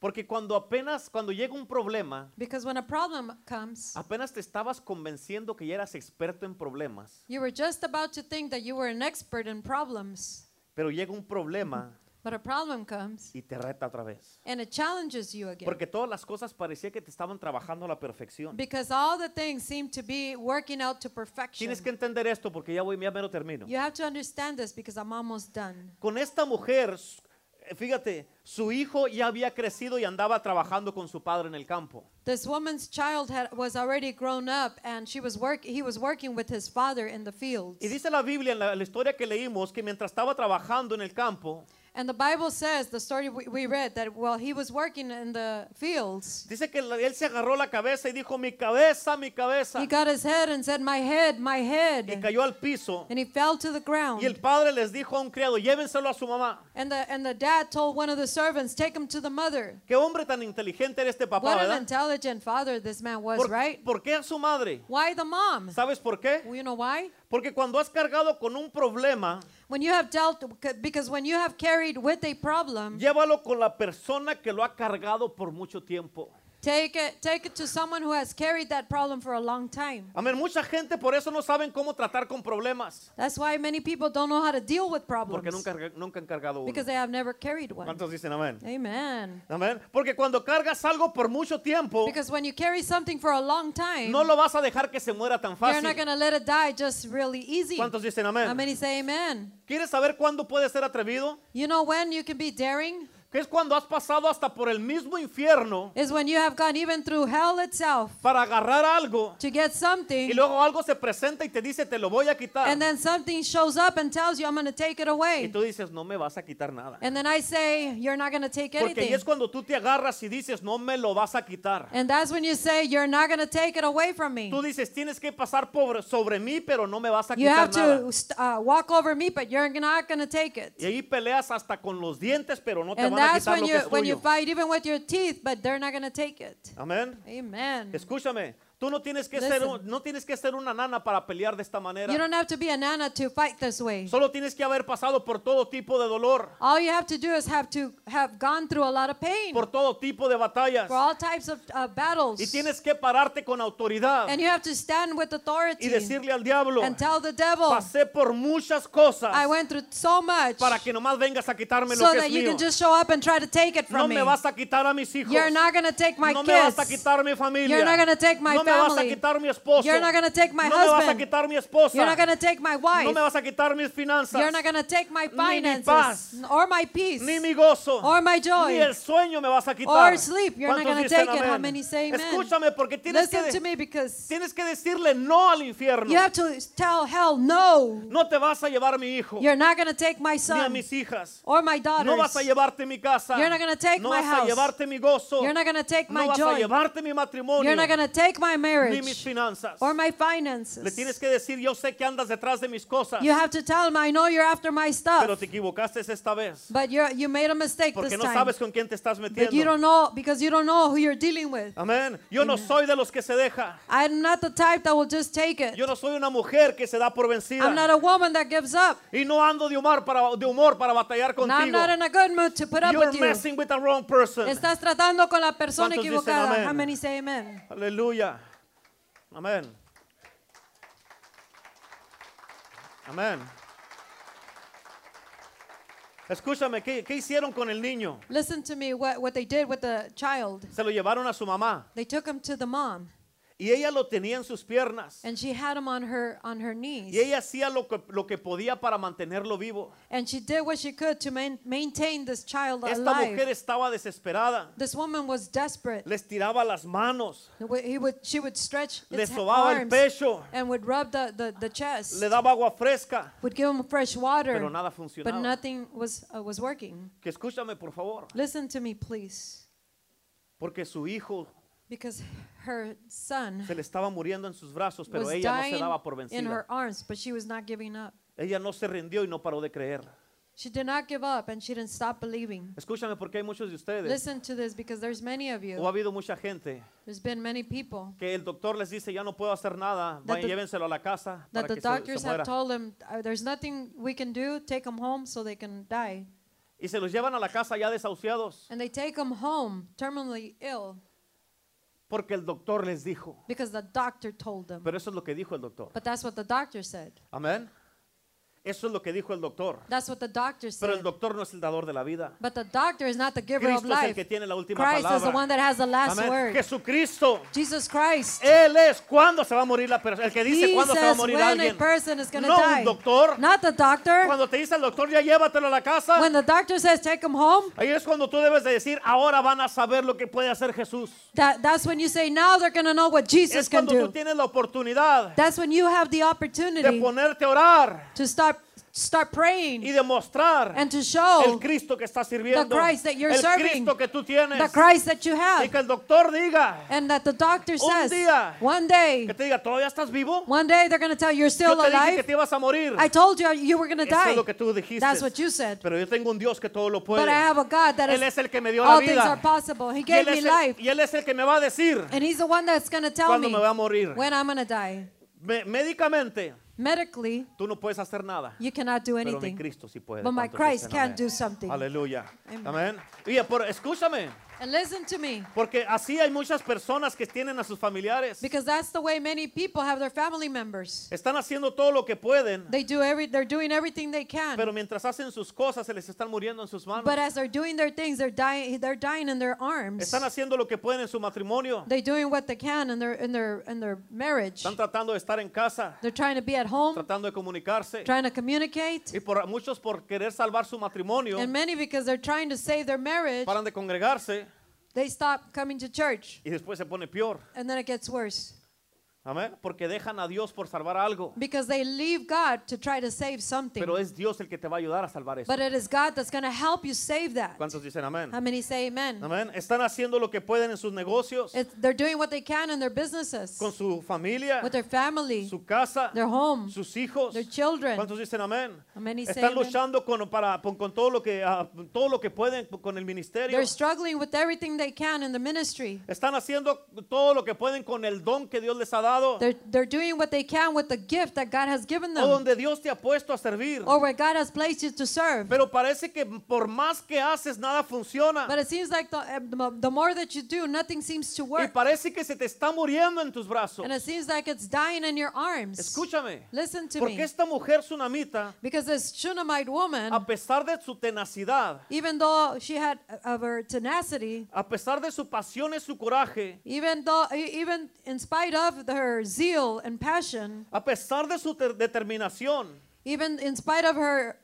Speaker 1: Porque cuando apenas, cuando llega un problema,
Speaker 2: Because when a problem comes,
Speaker 1: apenas te estabas convenciendo que ya eras experto en problemas,
Speaker 2: you were just about to think that you were an expert in problems,
Speaker 1: pero llega un problema
Speaker 2: but a problem comes
Speaker 1: y te reta otra vez.
Speaker 2: and it challenges you again.
Speaker 1: Porque todas las cosas parecía que te estaban trabajando a la perfección.
Speaker 2: Because all the things seem to be working out to perfection.
Speaker 1: Tienes que entender esto porque ya voy, ya mero termino.
Speaker 2: You have to understand this because I'm almost done.
Speaker 1: Con esta mujer, eh, fíjate, su hijo ya había crecido y andaba trabajando con su padre en el campo.
Speaker 2: This woman's child had, was already grown up and she was work, he was working with his father in the fields.
Speaker 1: Y dice la Biblia en la, la historia que leímos que mientras estaba trabajando en el campo,
Speaker 2: And the Bible says, the story we, we read, that while he was working in the fields,
Speaker 1: dice que la- él se agarró la cabeza y dijo, mi cabeza, mi cabeza.
Speaker 2: he got his head and said, My head, my
Speaker 1: Y
Speaker 2: head.
Speaker 1: cayó al piso.
Speaker 2: And he fell to the
Speaker 1: Y el
Speaker 2: ground.
Speaker 1: padre les dijo a un criado, llévenselo a su mamá.
Speaker 2: And the, and the dad told one of the servants, Take him to the mother.
Speaker 1: Qué hombre tan inteligente era este papá,
Speaker 2: What an
Speaker 1: ¿verdad?
Speaker 2: intelligent father this man was,
Speaker 1: ¿Por,
Speaker 2: right?
Speaker 1: por qué a su madre?
Speaker 2: Why the mom?
Speaker 1: ¿Sabes por qué?
Speaker 2: Well, you know why?
Speaker 1: Porque cuando has cargado con un problema,
Speaker 2: When you have dealt, because when you have carried with a problem,
Speaker 1: llévalo con la persona que lo ha cargado por mucho tiempo.
Speaker 2: take it, take it to someone who has carried that problem for a long time.
Speaker 1: Amén, mucha gente por eso no saben cómo tratar con problemas.
Speaker 2: That's why many people don't know how to deal with
Speaker 1: Porque
Speaker 2: problems
Speaker 1: nunca, nunca han cargado uno.
Speaker 2: because they have never carried one.
Speaker 1: ¿Cuántos dicen amén?
Speaker 2: Amen.
Speaker 1: Amén. Porque cuando cargas algo por mucho tiempo,
Speaker 2: Because when you carry something for a long time,
Speaker 1: no lo vas a dejar que se muera tan
Speaker 2: you're
Speaker 1: fácil.
Speaker 2: not going to let it die just really easy.
Speaker 1: ¿Cuántos dicen
Speaker 2: How
Speaker 1: amén?
Speaker 2: many say amen?
Speaker 1: ¿Quieres saber cuándo puedes ser atrevido?
Speaker 2: You know when you can be daring?
Speaker 1: Que es cuando has pasado hasta por el mismo infierno
Speaker 2: Is when you have gone even through hell itself
Speaker 1: para agarrar algo
Speaker 2: to get
Speaker 1: y
Speaker 2: something,
Speaker 1: luego algo se presenta y te dice, te lo voy a quitar.
Speaker 2: and then something shows up and tells you, I'm going to take it
Speaker 1: Y
Speaker 2: away.
Speaker 1: tú dices, no me vas a quitar nada.
Speaker 2: And then I say, You're not going to take
Speaker 1: Porque ahí
Speaker 2: anything.
Speaker 1: es cuando tú te agarras y dices, no me lo vas a quitar.
Speaker 2: And that's when you say, You're not going to take it away from me.
Speaker 1: Tú dices, tienes que pasar por- sobre mí, pero no me vas a
Speaker 2: You
Speaker 1: quitar
Speaker 2: have
Speaker 1: nada.
Speaker 2: to st- uh, walk over me, but you're not going to take it.
Speaker 1: Y ahí peleas hasta con los dientes, pero no te van a
Speaker 2: And that's
Speaker 1: quitar
Speaker 2: when
Speaker 1: lo que
Speaker 2: you,
Speaker 1: es
Speaker 2: when you
Speaker 1: tuyo.
Speaker 2: fight even with your teeth, but they're not going to take it.
Speaker 1: Amén.
Speaker 2: Amen.
Speaker 1: Escúchame, tú no tienes que ser un-
Speaker 2: Listen.
Speaker 1: no tienes que ser una nana para pelear de esta
Speaker 2: You
Speaker 1: manera.
Speaker 2: don't have to be a nana to fight this way.
Speaker 1: Solo tienes que haber pasado por todo tipo de dolor,
Speaker 2: All you have to do is have to have gone through a lot of pain
Speaker 1: por
Speaker 2: for
Speaker 1: todo tipo de batallas.
Speaker 2: all types of uh, battles.
Speaker 1: Y tienes que pararte con autoridad
Speaker 2: And you have to stand with
Speaker 1: y
Speaker 2: authority
Speaker 1: decirle al diablo,
Speaker 2: and tell the devil,
Speaker 1: pasé por muchas cosas
Speaker 2: I went through so much
Speaker 1: para que nomás vengas a quitarme lo
Speaker 2: so
Speaker 1: que es
Speaker 2: that you
Speaker 1: mío.
Speaker 2: can just show up and try to take it
Speaker 1: No
Speaker 2: from
Speaker 1: me
Speaker 2: me.
Speaker 1: vas a quitar a mis hijos.
Speaker 2: You're not going to take my
Speaker 1: no me vas a
Speaker 2: kids.
Speaker 1: quitar mi familia.
Speaker 2: You're not gonna take my
Speaker 1: no me vas a
Speaker 2: family.
Speaker 1: quitar mi esposo.
Speaker 2: You're not gonna take
Speaker 1: no
Speaker 2: my
Speaker 1: me vas a
Speaker 2: husband.
Speaker 1: quitar mi esposa.
Speaker 2: You're not going to take my
Speaker 1: no
Speaker 2: wife.
Speaker 1: me vas a quitar mis finanzas.
Speaker 2: You're not going to take my
Speaker 1: mi paz.
Speaker 2: finances n- or my peace.
Speaker 1: ni mi gozo.
Speaker 2: or my joy.
Speaker 1: Ni el sueño me vas a quitar.
Speaker 2: Or sleep. You're not
Speaker 1: ¿Cuántos
Speaker 2: gonna
Speaker 1: dicen
Speaker 2: take it? How
Speaker 1: amén?
Speaker 2: many say amen?
Speaker 1: Escúchame porque tienes que,
Speaker 2: Listen to
Speaker 1: de-
Speaker 2: me because
Speaker 1: tienes que decirle no al infierno.
Speaker 2: you have to tell hell, no,
Speaker 1: no te vas a llevar a mi hijo
Speaker 2: you're not going to take my
Speaker 1: ni a
Speaker 2: son
Speaker 1: mis hijas.
Speaker 2: or my daughters.
Speaker 1: No vas a llevarte mi casa.
Speaker 2: You're not gonna take
Speaker 1: no
Speaker 2: my
Speaker 1: vas a
Speaker 2: house.
Speaker 1: llevarte mi gozo.
Speaker 2: You're not going to take
Speaker 1: no
Speaker 2: my
Speaker 1: vas a
Speaker 2: joy.
Speaker 1: llevarte mi matrimonio.
Speaker 2: You're not going to take
Speaker 1: ni
Speaker 2: my
Speaker 1: mis
Speaker 2: marriage
Speaker 1: finanzas.
Speaker 2: or my
Speaker 1: Le tienes
Speaker 2: finances.
Speaker 1: que decir, yo sé que andas detrás de mis cosas,
Speaker 2: You have to tell him, I know you're after my
Speaker 1: pero
Speaker 2: stuff,
Speaker 1: te equivocaste esta vez,
Speaker 2: but you you made a mistake
Speaker 1: porque
Speaker 2: this
Speaker 1: no
Speaker 2: time.
Speaker 1: sabes con quién te estás
Speaker 2: But you
Speaker 1: metiendo.
Speaker 2: don't know because you don't know who you're dealing with.
Speaker 1: Amén. Yo no soy de los que se deja.
Speaker 2: I'm not the type that will just take it.
Speaker 1: Yo no soy una mujer que se da por
Speaker 2: I'm
Speaker 1: vencida.
Speaker 2: not a woman that gives up.
Speaker 1: Y no ando de humor para, de humor para batallar
Speaker 2: No, I'm
Speaker 1: contigo.
Speaker 2: not in a good mood to put up
Speaker 1: You're
Speaker 2: with you.
Speaker 1: messing with the wrong person.
Speaker 2: Estás tratando con la persona
Speaker 1: ¿Cuántos dicen
Speaker 2: equivocada.
Speaker 1: amén?
Speaker 2: How many say amen?
Speaker 1: Aleluya. Amén. Amén. Escúchame, ¿qué, ¿qué hicieron con el niño?
Speaker 2: Listen to me what, what they did with the child.
Speaker 1: Se lo llevaron a su mamá
Speaker 2: They took him to the mom
Speaker 1: y ella lo tenía en sus piernas.
Speaker 2: and she had him on her on her
Speaker 1: Y
Speaker 2: knees.
Speaker 1: ella hacía lo que, lo que podía para mantenerlo vivo.
Speaker 2: And she did what she could to main, maintain this child
Speaker 1: Esta mujer
Speaker 2: alive.
Speaker 1: estaba desesperada.
Speaker 2: This woman was desperate.
Speaker 1: Les tiraba las manos,
Speaker 2: He would, she would stretch
Speaker 1: le
Speaker 2: his
Speaker 1: sobaba el
Speaker 2: arms
Speaker 1: pecho,
Speaker 2: and would rub the, the, the chest,
Speaker 1: le daba agua fresca,
Speaker 2: would give him fresh
Speaker 1: pero
Speaker 2: water,
Speaker 1: nada
Speaker 2: but
Speaker 1: funcionaba.
Speaker 2: nothing was, uh, was working.
Speaker 1: Que escúchame, por favor,
Speaker 2: Listen to me, please.
Speaker 1: porque su hijo
Speaker 2: Because her son
Speaker 1: se le estaba muriendo en sus brazos, pero
Speaker 2: was
Speaker 1: ella no se
Speaker 2: dying
Speaker 1: daba por
Speaker 2: in
Speaker 1: vencida.
Speaker 2: her arms, but she was not giving up.
Speaker 1: Ella no se rindió y no paró de creer.
Speaker 2: She did not give up and she didn't stop believing.
Speaker 1: Escúchame, porque hay muchos de ustedes,
Speaker 2: Listen to this because there's many of
Speaker 1: o ha
Speaker 2: you.
Speaker 1: habido mucha gente,
Speaker 2: There's been many people
Speaker 1: que el doctor les dice, ya no puedo hacer nada,
Speaker 2: That
Speaker 1: vayan,
Speaker 2: the-
Speaker 1: llévenselo a la casa para
Speaker 2: that the
Speaker 1: que se- se,
Speaker 2: doctors have
Speaker 1: muera.
Speaker 2: told them "Uh, there's nothing we can do. Take them home so they can die.
Speaker 1: Y se los llevan a la casa ya desahuciados,
Speaker 2: And they take them home terminally ill
Speaker 1: porque el doctor les dijo.
Speaker 2: because the doctor told them.
Speaker 1: Pero eso es lo que dijo el doctor.
Speaker 2: But that's what the doctor said.
Speaker 1: Amén. Eso es lo que dijo el doctor.
Speaker 2: That's what the doctor
Speaker 1: Pero el
Speaker 2: said.
Speaker 1: doctor no es el dador de la vida.
Speaker 2: But the doctor is not the giver of
Speaker 1: Cristo es el
Speaker 2: life.
Speaker 1: que tiene la última
Speaker 2: Christ is the one
Speaker 1: palabra.
Speaker 2: that has the last
Speaker 1: Amén.
Speaker 2: word.
Speaker 1: Jesucristo.
Speaker 2: Jesus Christ.
Speaker 1: Él es cuándo se va a morir la persona. El que dice
Speaker 2: He
Speaker 1: cuándo se va a
Speaker 2: says
Speaker 1: morir
Speaker 2: when a
Speaker 1: alguien.
Speaker 2: person is going to
Speaker 1: No un
Speaker 2: die.
Speaker 1: doctor.
Speaker 2: Not the doctor.
Speaker 1: Cuando te dice el doctor, ya llévatelo a la casa.
Speaker 2: When the doctor says take him home,
Speaker 1: Ahí es cuando tú debes de decir, ahora van a saber lo que puede hacer Jesús.
Speaker 2: that, that's when you say now they're going to know what Jesus
Speaker 1: Es
Speaker 2: can
Speaker 1: cuando tú
Speaker 2: do.
Speaker 1: tienes la oportunidad
Speaker 2: That's when you have the
Speaker 1: de
Speaker 2: opportunity
Speaker 1: ponerte a orar
Speaker 2: to start start
Speaker 1: y
Speaker 2: praying
Speaker 1: demostrar
Speaker 2: and to
Speaker 1: el
Speaker 2: show
Speaker 1: Cristo que estás sirviendo,
Speaker 2: Christ that you're
Speaker 1: el
Speaker 2: serving,
Speaker 1: Cristo que tú
Speaker 2: the
Speaker 1: tienes,
Speaker 2: Christ that you
Speaker 1: y
Speaker 2: have
Speaker 1: que el doctor diga,
Speaker 2: and that the doctor says
Speaker 1: día,
Speaker 2: one day
Speaker 1: que te diga, todavía estás vivo.
Speaker 2: one day they're going to tell you
Speaker 1: Yo
Speaker 2: you're still
Speaker 1: te dije que
Speaker 2: alive.
Speaker 1: te ibas a morir.
Speaker 2: I told you you were going to
Speaker 1: Eso
Speaker 2: die.
Speaker 1: es lo que tú dijiste.
Speaker 2: That's what you said.
Speaker 1: Pero yo tengo un Dios que todo lo puede.
Speaker 2: But I have a God that
Speaker 1: Él
Speaker 2: is
Speaker 1: es el que me dio la
Speaker 2: all things are
Speaker 1: vida.
Speaker 2: possible. He
Speaker 1: Y él,
Speaker 2: gave me
Speaker 1: es
Speaker 2: life.
Speaker 1: el, y Él es el que me va a decir
Speaker 2: And he's the one that's going to tell
Speaker 1: cuándo
Speaker 2: me
Speaker 1: me va a morir.
Speaker 2: when I'm going to die.
Speaker 1: Me- médicamente,
Speaker 2: Medically,
Speaker 1: tú no puedes hacer nada.
Speaker 2: you cannot do
Speaker 1: Pero mi
Speaker 2: anything.
Speaker 1: Cristo sí puede.
Speaker 2: But my
Speaker 1: ¿Cuántos dicen
Speaker 2: Christ can
Speaker 1: amén?
Speaker 2: do something.
Speaker 1: Aleluya.
Speaker 2: Amen.
Speaker 1: Amén. Y por, escúchame,
Speaker 2: And listen to me,
Speaker 1: porque así hay muchas personas que tienen a sus familiares.
Speaker 2: because that's the way many people have their family members.
Speaker 1: Están haciendo todo lo que pueden,
Speaker 2: They do every they're doing everything they can.
Speaker 1: pero mientras hacen sus cosas se les están muriendo en sus manos.
Speaker 2: But as they're doing their things, they're dying they're dying in their arms.
Speaker 1: Están haciendo lo que pueden en su matrimonio.
Speaker 2: They're doing what they can in their in their in their marriage.
Speaker 1: Están tratando de estar en casa,
Speaker 2: They're trying to be at home,
Speaker 1: tratando de comunicarse.
Speaker 2: trying to communicate.
Speaker 1: Y por muchos por querer salvar su matrimonio,
Speaker 2: And many because they're trying to save their marriage,
Speaker 1: paran de congregarse
Speaker 2: they stop coming to church.
Speaker 1: y después se pone peor.
Speaker 2: And then it gets worse.
Speaker 1: Amén. Porque dejan a Dios por salvar algo.
Speaker 2: Because they leave God to try to save something.
Speaker 1: Pero es Dios el que te va a ayudar a salvar eso.
Speaker 2: But it is God that's going to help you save that.
Speaker 1: ¿Cuántos dicen amén?
Speaker 2: How many say amen?
Speaker 1: Amén. Están haciendo lo que pueden en sus negocios,
Speaker 2: It's, they're doing what they can in their businesses,
Speaker 1: con su familia,
Speaker 2: with their family,
Speaker 1: su casa,
Speaker 2: their home,
Speaker 1: sus hijos.
Speaker 2: their children.
Speaker 1: ¿Cuántos dicen amén?
Speaker 2: How many say
Speaker 1: Están
Speaker 2: amen?
Speaker 1: luchando con, para, con, con todo, lo que, ah, todo lo que pueden con el ministerio.
Speaker 2: They're struggling with everything they can in the ministry.
Speaker 1: Están haciendo todo lo que pueden con el don que Dios les ha dado.
Speaker 2: They're, they're doing what they can with the gift that God has given
Speaker 1: O
Speaker 2: them
Speaker 1: donde Dios te ha puesto a servir.
Speaker 2: or where God has placed you to serve.
Speaker 1: Pero parece que por más que haces, nada funciona.
Speaker 2: But it seems like the, eh, the mo- the more that you do, nothing seems to
Speaker 1: Y
Speaker 2: work.
Speaker 1: parece que se te está muriendo en tus brazos.
Speaker 2: And it seems like it's dying in your arms.
Speaker 1: Escúchame.
Speaker 2: Listen to
Speaker 1: Porque
Speaker 2: me.
Speaker 1: esta mujer tsunamita,
Speaker 2: Because this Shunammite woman,
Speaker 1: a pesar de su tenacidad,
Speaker 2: even though she had of her tenacity,
Speaker 1: a pesar de su pasión y su coraje,
Speaker 2: even though e- even in spite of her zeal and passion,
Speaker 1: a pesar de su ter- determinación,
Speaker 2: even in spite of her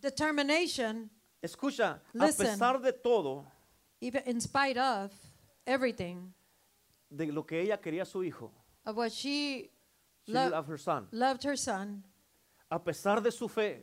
Speaker 2: determination,
Speaker 1: escucha,
Speaker 2: Listen.
Speaker 1: a pesar de todo,
Speaker 2: even in spite of everything
Speaker 1: de lo que ella quería a su hijo,
Speaker 2: of what she
Speaker 1: she
Speaker 2: Lo-
Speaker 1: loved her son,
Speaker 2: loved her son,
Speaker 1: a pesar de su fe,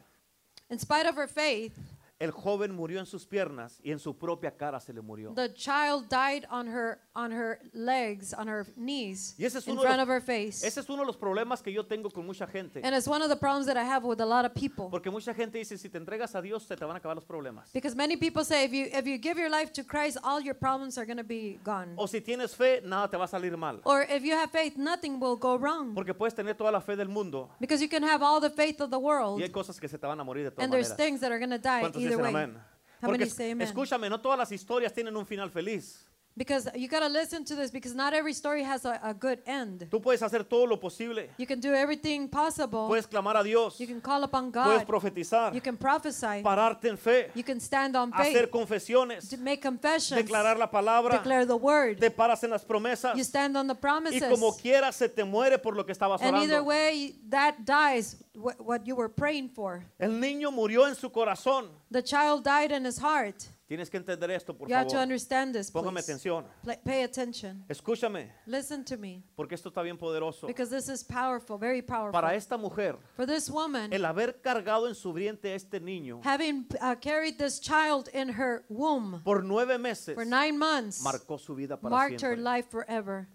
Speaker 2: in spite of her faith,
Speaker 1: el joven murió en sus piernas y en su propia cara se le murió.
Speaker 2: the child died on her on her legs, on her knees,
Speaker 1: Y ese es
Speaker 2: in
Speaker 1: uno de
Speaker 2: front
Speaker 1: los-
Speaker 2: of her face.
Speaker 1: Ese es uno de los problemas que yo tengo con mucha gente.
Speaker 2: And it's one of the problems that I have with a lot of people.
Speaker 1: Porque mucha gente dice, si te entregas a Dios, se te van a acabar los problemas.
Speaker 2: Because many people say if you if you give your life to Christ, all your problems are going to be gone.
Speaker 1: O si tienes fe, nada te va a salir mal.
Speaker 2: Or if you have faith, nothing will go wrong.
Speaker 1: Porque puedes tener toda la fe del mundo
Speaker 2: Because you can have all the faith of the world
Speaker 1: y hay cosas que se te van a morir de todas
Speaker 2: and there's
Speaker 1: maneras.
Speaker 2: things that are going to die
Speaker 1: ¿Cuántos
Speaker 2: either
Speaker 1: dicen
Speaker 2: way.
Speaker 1: amén?
Speaker 2: How
Speaker 1: Porque
Speaker 2: many
Speaker 1: es-
Speaker 2: say amen?
Speaker 1: escúchame, no todas las historias tienen un final feliz.
Speaker 2: Because you got to listen to this because not every story has a, a good end.
Speaker 1: Tú puedes hacer todo lo posible.
Speaker 2: You can do everything possible.
Speaker 1: Puedes clamar a Dios.
Speaker 2: You can call upon
Speaker 1: Puedes
Speaker 2: God.
Speaker 1: profetizar.
Speaker 2: You can prophesy.
Speaker 1: Pararte en fe.
Speaker 2: You can stand on faith.
Speaker 1: Hacer confesiones.
Speaker 2: To make confessions.
Speaker 1: Declarar la palabra.
Speaker 2: Declare the word.
Speaker 1: Te paras en las promesas.
Speaker 2: You stand on the
Speaker 1: Y como
Speaker 2: promises.
Speaker 1: quiera se te muere por lo que estabas
Speaker 2: And either
Speaker 1: orando.
Speaker 2: way, that dies what, what you were praying for.
Speaker 1: El niño murió en su corazón.
Speaker 2: The child died in his heart.
Speaker 1: Tienes que entender esto, por
Speaker 2: You have to
Speaker 1: favor.
Speaker 2: understand this.
Speaker 1: Póngame
Speaker 2: Please.
Speaker 1: atención.
Speaker 2: Pla- Pay attention.
Speaker 1: Escúchame,
Speaker 2: Listen to me.
Speaker 1: porque esto está bien poderoso.
Speaker 2: Because this is powerful, very powerful.
Speaker 1: Para esta mujer,
Speaker 2: For this woman,
Speaker 1: el haber cargado en su vientre a este niño
Speaker 2: having uh, carried this child in her womb
Speaker 1: por nueve meses,
Speaker 2: for nine months,
Speaker 1: marcó su vida para
Speaker 2: marked her
Speaker 1: siempre.
Speaker 2: life forever.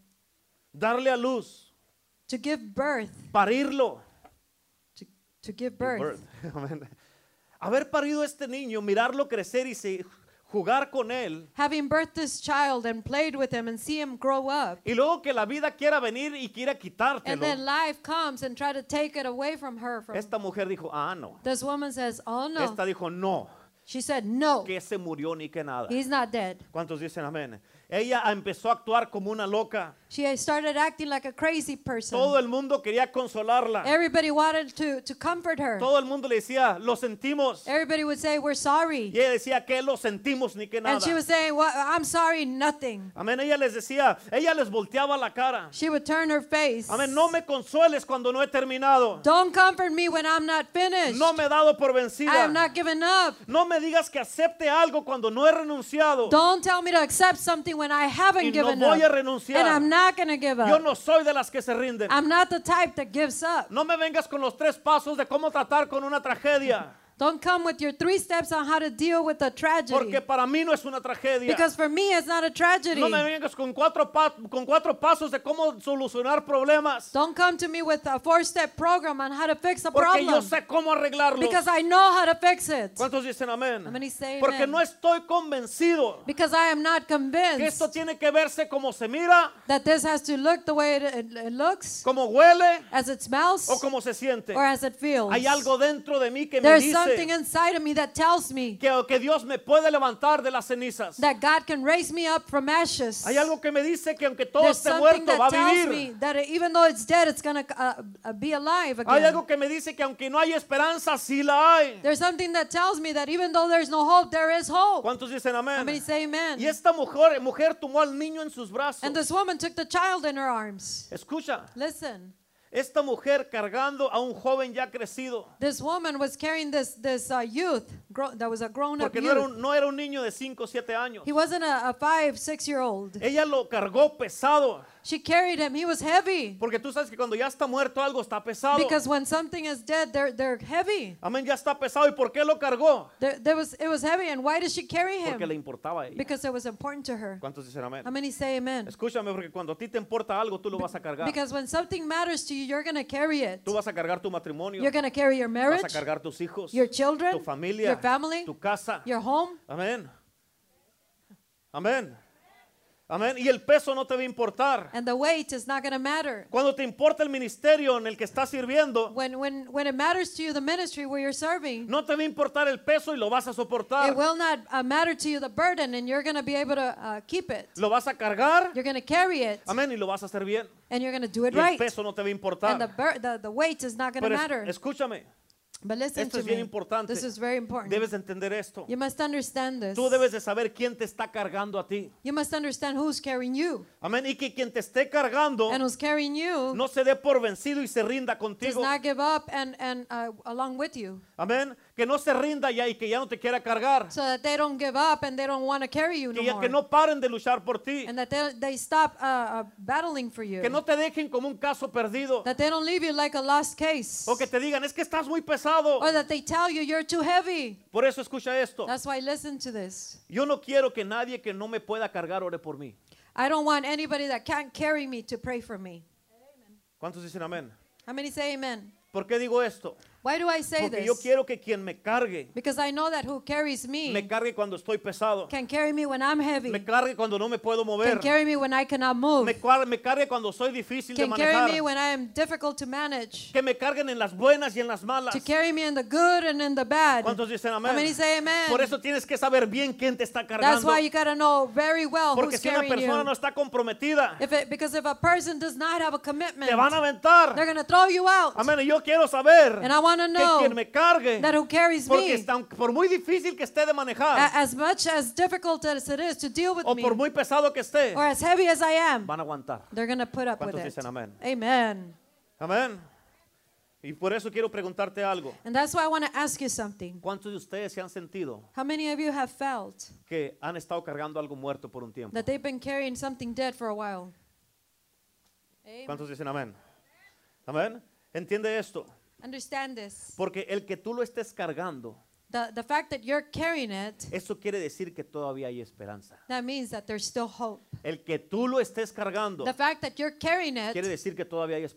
Speaker 1: Darle a luz,
Speaker 2: To give birth,
Speaker 1: parirlo.
Speaker 2: to, to give
Speaker 1: Give
Speaker 2: birth.
Speaker 1: birth. Amén. haber parido a este niño, mirarlo crecer y se- jugar con él.
Speaker 2: Having birthed this child and played with him and see him grow up.
Speaker 1: Y luego que la vida quiera venir y quiera
Speaker 2: And
Speaker 1: quitártelo.
Speaker 2: then life comes and try to take it away from her. From
Speaker 1: Esta mujer dijo, ah, no.
Speaker 2: This woman says, oh no.
Speaker 1: Esta dijo, no,
Speaker 2: She said, no,
Speaker 1: que se murió ni que nada.
Speaker 2: he's not dead.
Speaker 1: ¿Cuántos dicen amén? Ella empezó a actuar como una loca.
Speaker 2: She started acting like a crazy person.
Speaker 1: Todo el mundo quería consolarla.
Speaker 2: Everybody wanted to, to comfort her.
Speaker 1: Todo el mundo le decía, lo sentimos.
Speaker 2: Everybody would say, We're sorry.
Speaker 1: Y ella decía que lo sentimos ni que nada.
Speaker 2: And she would say, well, I'm sorry, nothing.
Speaker 1: Amén. Ella les decía, ella les volteaba la cara.
Speaker 2: She would turn her face.
Speaker 1: Amén. No me consueles cuando no he terminado.
Speaker 2: Don't comfort me when I'm not finished.
Speaker 1: No me he dado por
Speaker 2: I have
Speaker 1: vencida.
Speaker 2: not given up.
Speaker 1: No me digas que acepte algo cuando no he renunciado.
Speaker 2: Don't tell me to accept something when I haven't
Speaker 1: Y no
Speaker 2: given
Speaker 1: voy a
Speaker 2: up.
Speaker 1: renunciar.
Speaker 2: And I'm not going to give up.
Speaker 1: Yo no soy de las que se rinden.
Speaker 2: I'm not the type that gives up.
Speaker 1: No me vengas con los tres pasos de cómo tratar con una tragedia.
Speaker 2: Don't come with your three steps on how to deal with a tragedy.
Speaker 1: Porque para mí no es una tragedia.
Speaker 2: Because for me, it's not a tragedy.
Speaker 1: No me vengas con cuatro, pa- con cuatro pasos de cómo solucionar problemas.
Speaker 2: Don't come to me with a four step program on how to fix a
Speaker 1: Porque yo
Speaker 2: problem.
Speaker 1: sé cómo arreglarlo.
Speaker 2: Because I know how to fix it.
Speaker 1: ¿Cuántos dicen amén?
Speaker 2: How many say
Speaker 1: Porque
Speaker 2: amen?
Speaker 1: no estoy convencido
Speaker 2: Because I am not
Speaker 1: que esto
Speaker 2: convinced
Speaker 1: tiene que verse como se mira,
Speaker 2: that this has to look the way it, it- it looks,
Speaker 1: como huele
Speaker 2: as it smells,
Speaker 1: o como se siente.
Speaker 2: or as it feels.
Speaker 1: Hay algo dentro de mí que me
Speaker 2: There's something
Speaker 1: dice
Speaker 2: inside of me that tells me
Speaker 1: que, que Dios me puede levantar de las cenizas.
Speaker 2: that God can raise me up from ashes.
Speaker 1: Hay algo que me dice que aunque todo
Speaker 2: There's
Speaker 1: esté
Speaker 2: something
Speaker 1: muerto va
Speaker 2: that
Speaker 1: a
Speaker 2: tells
Speaker 1: vivir.
Speaker 2: me that even though it's dead, it's going to uh, uh, be alive
Speaker 1: Hay
Speaker 2: again.
Speaker 1: algo que me dice que aunque no hay esperanza, sí la hay.
Speaker 2: There's something that tells me that even though there's no hope, there is hope.
Speaker 1: ¿Cuántos dicen
Speaker 2: Somebody
Speaker 1: amén?
Speaker 2: say amen.
Speaker 1: Y esta mujer, mujer tomó al niño en sus brazos.
Speaker 2: And this woman took the child in her arms.
Speaker 1: Escucha,
Speaker 2: Listen,
Speaker 1: esta mujer cargando a un joven ya crecido,
Speaker 2: this woman was carrying this this uh, youth gro- that was a grown up
Speaker 1: porque no
Speaker 2: youth.
Speaker 1: era un, no era un niño de 5 o 7 años.
Speaker 2: He wasn't a, a five, six year old.
Speaker 1: Ella lo cargó pesado,
Speaker 2: She carried him. He was heavy.
Speaker 1: porque tú sabes que cuando ya está muerto algo está pesado.
Speaker 2: Because when something is dead, they're, they're heavy.
Speaker 1: Amén, ya está pesado. ¿Y por qué lo cargó?
Speaker 2: There, there was, it was heavy. And why did she carry
Speaker 1: Porque le
Speaker 2: him?
Speaker 1: importaba a ella.
Speaker 2: Because it was important to her.
Speaker 1: ¿Cuántos dicen amén?
Speaker 2: How many say amen?
Speaker 1: Escúchame, porque cuando a ti te importa algo, tú lo vas a cargar.
Speaker 2: Because when something matters to you, you're going to carry it.
Speaker 1: Tú vas a cargar tu matrimonio,
Speaker 2: You're going to carry your
Speaker 1: vas a
Speaker 2: marriage,
Speaker 1: cargar tus hijos,
Speaker 2: your
Speaker 1: tu
Speaker 2: children,
Speaker 1: familia,
Speaker 2: your family,
Speaker 1: tu casa.
Speaker 2: your home.
Speaker 1: Amén. Amén. Amén. Y el peso no te va a importar.
Speaker 2: And the weight is not going to matter.
Speaker 1: Cuando te importa el ministerio en el que estás sirviendo,
Speaker 2: When, when, when it matters to you, the ministry where you're serving,
Speaker 1: no te va a importar el peso y lo vas a
Speaker 2: it
Speaker 1: soportar.
Speaker 2: will not uh, matter to you the burden, and you're going to be able to uh, keep it.
Speaker 1: Lo vas a cargar.
Speaker 2: You're going to carry it,
Speaker 1: Amén. Y lo vas a hacer bien.
Speaker 2: and you're going to do it
Speaker 1: Y el
Speaker 2: right.
Speaker 1: peso no te va a
Speaker 2: And the,
Speaker 1: importar.
Speaker 2: bur- the, the weight is not going to
Speaker 1: Pero es-
Speaker 2: matter.
Speaker 1: escúchame,
Speaker 2: But listen
Speaker 1: esto
Speaker 2: to
Speaker 1: es bien
Speaker 2: me.
Speaker 1: importante.
Speaker 2: This is very important.
Speaker 1: debes entender esto.
Speaker 2: You must understand this.
Speaker 1: Tú debes de saber quién te está cargando a ti.
Speaker 2: You must understand who's carrying you.
Speaker 1: Amén. Y que quien te esté cargando
Speaker 2: And who's carrying you
Speaker 1: no se dé por vencido y se rinda
Speaker 2: does
Speaker 1: contigo.
Speaker 2: not give up and, and uh, along with you.
Speaker 1: Amén. Que no se rinda ya y que ya no te quiera cargar.
Speaker 2: So that they don't give up and they don't want to carry you no
Speaker 1: Que, ya- que
Speaker 2: more.
Speaker 1: no paren de luchar por ti.
Speaker 2: And that they, they stop uh, uh, battling for you.
Speaker 1: Que no te dejen como un caso perdido.
Speaker 2: That they don't leave you like a lost case.
Speaker 1: O que te digan, es que estás muy pesado.
Speaker 2: Or that they tell you you're too heavy.
Speaker 1: Por eso escucha esto.
Speaker 2: Oh, That's why listen to this.
Speaker 1: Yo no quiero que nadie que no me pueda cargar ore por mí.
Speaker 2: I don't want anybody that can't carry me to pray for me.
Speaker 1: ¿Cuántos dicen amén?
Speaker 2: How many say amen?
Speaker 1: ¿Por qué digo esto?
Speaker 2: Why do I say
Speaker 1: Porque yo
Speaker 2: this?
Speaker 1: quiero que quien me cargue,
Speaker 2: Because I know that who carries
Speaker 1: me
Speaker 2: me
Speaker 1: cargue cuando estoy pesado.
Speaker 2: can carry me when I'm heavy,
Speaker 1: Me cargue cuando no me puedo mover.
Speaker 2: can carry me when I cannot move,
Speaker 1: Me, cuar- me cargue cuando soy difícil de
Speaker 2: can carry me
Speaker 1: manejar.
Speaker 2: when I am difficult to manage,
Speaker 1: Que me carguen en las buenas y en las malas.
Speaker 2: to carry me in the good and in the bad.
Speaker 1: ¿Cuántos dicen amén?
Speaker 2: How many say amen?
Speaker 1: Por eso tienes que saber bien quién te está
Speaker 2: That's
Speaker 1: cargando.
Speaker 2: why you gotta know very well
Speaker 1: Porque
Speaker 2: who's
Speaker 1: si una
Speaker 2: carrying
Speaker 1: persona no
Speaker 2: you.
Speaker 1: está comprometida,
Speaker 2: If it, because if a person does not have a commitment,
Speaker 1: te van a
Speaker 2: they're
Speaker 1: aventar.
Speaker 2: gonna throw you out.
Speaker 1: Amén. Y yo quiero saber
Speaker 2: And I wanna
Speaker 1: que quien
Speaker 2: know
Speaker 1: me cargue,
Speaker 2: that who carries
Speaker 1: porque
Speaker 2: me,
Speaker 1: está- aunque por muy difícil que esté de
Speaker 2: a-
Speaker 1: manejar
Speaker 2: as much as difficult as it is to deal with
Speaker 1: o
Speaker 2: me,
Speaker 1: por muy pesado que esté,
Speaker 2: or as heavy as I am,
Speaker 1: van a aguantar.
Speaker 2: they're gonna put up with
Speaker 1: ¿Cuántos
Speaker 2: it.
Speaker 1: dicen amén?
Speaker 2: Amen.
Speaker 1: Amén. Y por eso quiero preguntarte algo.
Speaker 2: And that's why I want to ask you something.
Speaker 1: ¿Cuántos de ustedes se han sentido
Speaker 2: How many of you have felt
Speaker 1: que han estado cargando algo muerto por un tiempo?
Speaker 2: that they've been carrying something dead for a while?
Speaker 1: ¿Cuántos dicen amén? Amén. Entiende esto,
Speaker 2: Understand this.
Speaker 1: porque el que tú lo estés cargando,
Speaker 2: The, the fact that you're carrying it,
Speaker 1: eso quiere decir que todavía hay esperanza.
Speaker 2: that means that there's still hope.
Speaker 1: El que tú lo estés cargando
Speaker 2: The fact that you're carrying it,
Speaker 1: quiere decir que todavía hay
Speaker 2: it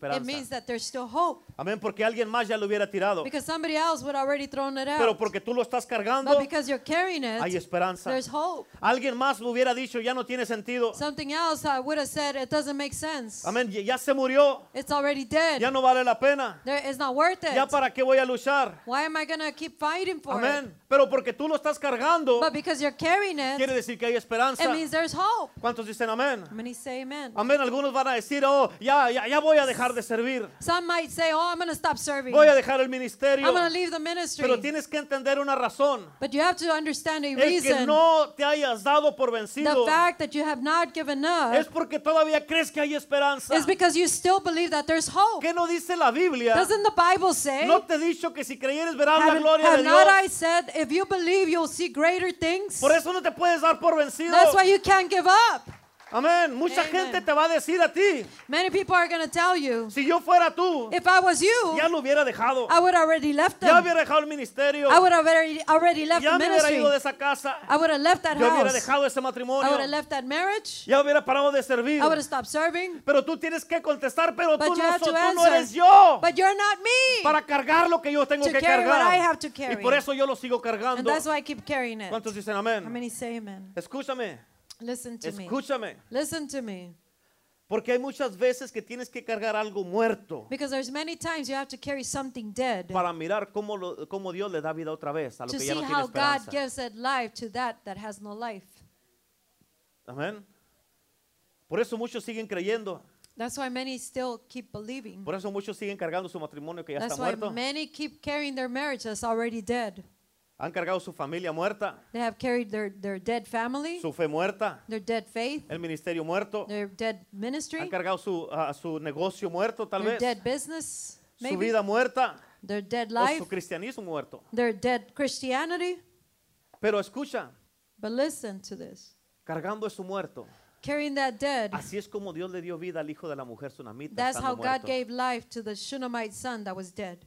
Speaker 1: esperanza.
Speaker 2: means that there's still hope.
Speaker 1: Amén, porque alguien más ya lo hubiera tirado.
Speaker 2: Because somebody else would already thrown it
Speaker 1: Pero
Speaker 2: out.
Speaker 1: porque tú lo estás cargando,
Speaker 2: But because you're carrying
Speaker 1: hay
Speaker 2: it,
Speaker 1: esperanza.
Speaker 2: there's hope.
Speaker 1: Alguien más lo hubiera dicho, ya no tiene sentido.
Speaker 2: Something else I would have said, it doesn't make sense.
Speaker 1: Amén, ya- ya se murió,
Speaker 2: It's already dead.
Speaker 1: ya no vale la pena.
Speaker 2: There, it's not worth
Speaker 1: ¿Ya
Speaker 2: it.
Speaker 1: para qué voy a luchar?
Speaker 2: Why am I going to keep fighting for Lord.
Speaker 1: Amén. Pero porque tú lo estás cargando,
Speaker 2: But because you're carrying it,
Speaker 1: quiere decir que hay esperanza.
Speaker 2: it means there's hope.
Speaker 1: ¿Cuántos dicen amén?
Speaker 2: Many say amen.
Speaker 1: Amén. Algunos van a decir, oh, ya, ya, ya voy a dejar de servir.
Speaker 2: Some might say, oh, I'm going to stop serving.
Speaker 1: Voy a
Speaker 2: I'm
Speaker 1: dejar el ministerio.
Speaker 2: going to leave the ministry.
Speaker 1: Pero tienes que entender una razón.
Speaker 2: But you have to understand a
Speaker 1: El que
Speaker 2: reason.
Speaker 1: no te hayas dado por
Speaker 2: The
Speaker 1: vencido
Speaker 2: fact that you have not given
Speaker 1: es
Speaker 2: up
Speaker 1: porque todavía crees que hay esperanza.
Speaker 2: is because you still believe that there's hope.
Speaker 1: ¿Qué no dice la Biblia?
Speaker 2: Doesn't the Bible say,
Speaker 1: ¿No te he dicho que si creyeres verás la
Speaker 2: have,
Speaker 1: gloria de
Speaker 2: have
Speaker 1: Dios?
Speaker 2: not I said, if you believe, you'll see greater things?
Speaker 1: Por eso no te puedes dar por vencido.
Speaker 2: That's why you can't give up.
Speaker 1: Amén. Mucha
Speaker 2: Amen.
Speaker 1: gente te va a decir a ti,
Speaker 2: Many people are going to tell you,
Speaker 1: si yo fuera tú,
Speaker 2: if I was you,
Speaker 1: ya lo hubiera dejado.
Speaker 2: I would already left
Speaker 1: Ya
Speaker 2: them.
Speaker 1: hubiera dejado el ministerio.
Speaker 2: I would have already, already left
Speaker 1: Ya
Speaker 2: the
Speaker 1: me hubiera
Speaker 2: ministry.
Speaker 1: ido de esa casa.
Speaker 2: I would have left that
Speaker 1: Yo hubiera
Speaker 2: house.
Speaker 1: dejado ese
Speaker 2: I
Speaker 1: matrimonio.
Speaker 2: would have left that marriage.
Speaker 1: Ya hubiera parado de servir.
Speaker 2: I would have stopped serving.
Speaker 1: Pero tú tienes que contestar, pero
Speaker 2: But
Speaker 1: tú
Speaker 2: you
Speaker 1: no,
Speaker 2: have
Speaker 1: so-
Speaker 2: to
Speaker 1: tú no eres
Speaker 2: answer.
Speaker 1: yo
Speaker 2: But you're not me.
Speaker 1: para cargar lo que yo tengo
Speaker 2: To
Speaker 1: que
Speaker 2: carry what
Speaker 1: cargar.
Speaker 2: I have to
Speaker 1: Y
Speaker 2: carry.
Speaker 1: por eso yo lo sigo
Speaker 2: And
Speaker 1: cargando.
Speaker 2: that's why I keep carrying it.
Speaker 1: ¿Cuántos dicen
Speaker 2: How
Speaker 1: amén?
Speaker 2: many say amen?
Speaker 1: Escúchame,
Speaker 2: Listen to me.
Speaker 1: escúchame.
Speaker 2: Listen to me.
Speaker 1: Porque hay muchas veces que tienes que cargar algo muerto
Speaker 2: Because there's many times you have to carry something dead
Speaker 1: para mirar cómo, lo- cómo Dios le da vida otra vez a lo
Speaker 2: to
Speaker 1: que ya
Speaker 2: see
Speaker 1: no tiene
Speaker 2: how God
Speaker 1: esperanza.
Speaker 2: gives it life to that that has no life.
Speaker 1: Amén. Por eso muchos siguen creyendo.
Speaker 2: That's why many still keep believing.
Speaker 1: Por eso muchos siguen cargando su matrimonio que ya
Speaker 2: That's
Speaker 1: está
Speaker 2: why
Speaker 1: muerto.
Speaker 2: many keep carrying their marriage that's already dead.
Speaker 1: Han cargado su familia muerta,
Speaker 2: They have carried their, their dead family,
Speaker 1: su fe muerta,
Speaker 2: their dead faith,
Speaker 1: el ministerio muerto.
Speaker 2: their dead
Speaker 1: Han
Speaker 2: ministry,
Speaker 1: cargado su, ah, su negocio muerto, tal
Speaker 2: their
Speaker 1: vez.
Speaker 2: dead business,
Speaker 1: Su
Speaker 2: maybe
Speaker 1: vida muerta.
Speaker 2: their dead
Speaker 1: O
Speaker 2: life,
Speaker 1: su cristianismo muerto.
Speaker 2: their dead Christianity.
Speaker 1: Pero escucha,
Speaker 2: But listen to this.
Speaker 1: cargando su muerto.
Speaker 2: Carrying that dead,
Speaker 1: Así es como Dios le dio vida al hijo de la mujer tsunamita.
Speaker 2: that's
Speaker 1: estando
Speaker 2: how God
Speaker 1: muerto.
Speaker 2: gave life to the Shunammite son that was dead.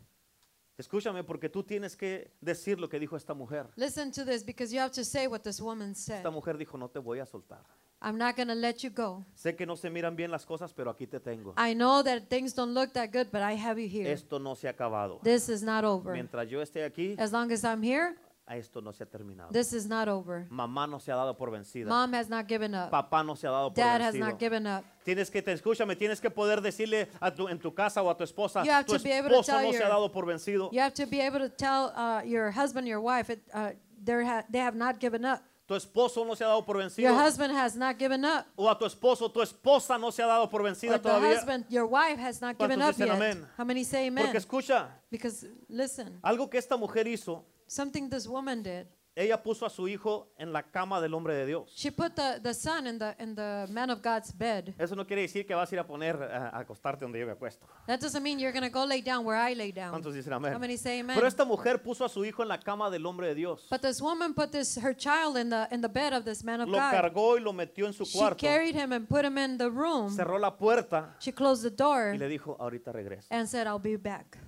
Speaker 1: Escúchame, porque tú tienes que decir lo que dijo esta mujer.
Speaker 2: Listen to this because you have to say what this woman said.
Speaker 1: Esta mujer dijo, no te voy a soltar.
Speaker 2: I'm not going to let you go.
Speaker 1: Sé que no se miran bien las cosas, pero aquí te tengo.
Speaker 2: I know that things don't look that good, but I have you here.
Speaker 1: Esto no se ha acabado.
Speaker 2: This is not over.
Speaker 1: Mientras yo esté aquí,
Speaker 2: As long as I'm here,
Speaker 1: a esto no se ha terminado.
Speaker 2: this is not over.
Speaker 1: Mamá no se ha dado por vencida.
Speaker 2: Mom has not given up.
Speaker 1: Papá no se ha dado por
Speaker 2: Dad has
Speaker 1: vencido.
Speaker 2: not given up.
Speaker 1: Tienes que, te, escúchame, tienes que poder decirle a tu, en tu casa o a tu esposa,
Speaker 2: You have
Speaker 1: tu
Speaker 2: to be able to
Speaker 1: esposo
Speaker 2: tell
Speaker 1: no se ha
Speaker 2: your-
Speaker 1: dado por vencido,
Speaker 2: You have to be able to tell uh, your husband, your wife, it, uh, they're ha- they have not given up.
Speaker 1: tu esposo no se ha dado por vencido,
Speaker 2: Your husband has not given up.
Speaker 1: o a tu esposo, tu esposa no se ha dado por
Speaker 2: Or
Speaker 1: vencida
Speaker 2: the
Speaker 1: todavía.
Speaker 2: husband, your wife has not given
Speaker 1: ¿Cuántos
Speaker 2: up
Speaker 1: dicen
Speaker 2: yet.
Speaker 1: amén?
Speaker 2: How many say
Speaker 1: Porque
Speaker 2: amen?
Speaker 1: escucha,
Speaker 2: Because listen,
Speaker 1: algo que esta mujer hizo,
Speaker 2: something this woman did.
Speaker 1: ella puso a su hijo en la cama del hombre de Dios.
Speaker 2: She put the, the son in the in the man of God's bed.
Speaker 1: Eso no quiere decir que vas a ir a poner a a acostarte donde yo me acuesto.
Speaker 2: That doesn't mean you're gonna go lay down where I lay down.
Speaker 1: ¿Cuántos dicen amén?
Speaker 2: How many say amen?
Speaker 1: Pero esta mujer puso a su hijo en la cama del hombre de Dios.
Speaker 2: But this woman put this her child in the in the bed of this man of
Speaker 1: Lo
Speaker 2: God.
Speaker 1: cargó y lo metió en su
Speaker 2: She
Speaker 1: cuarto.
Speaker 2: carried him and put him in the room.
Speaker 1: Cerró la puerta
Speaker 2: She closed the door
Speaker 1: y le dijo, ahorita regreso.
Speaker 2: and said, "I'll be back."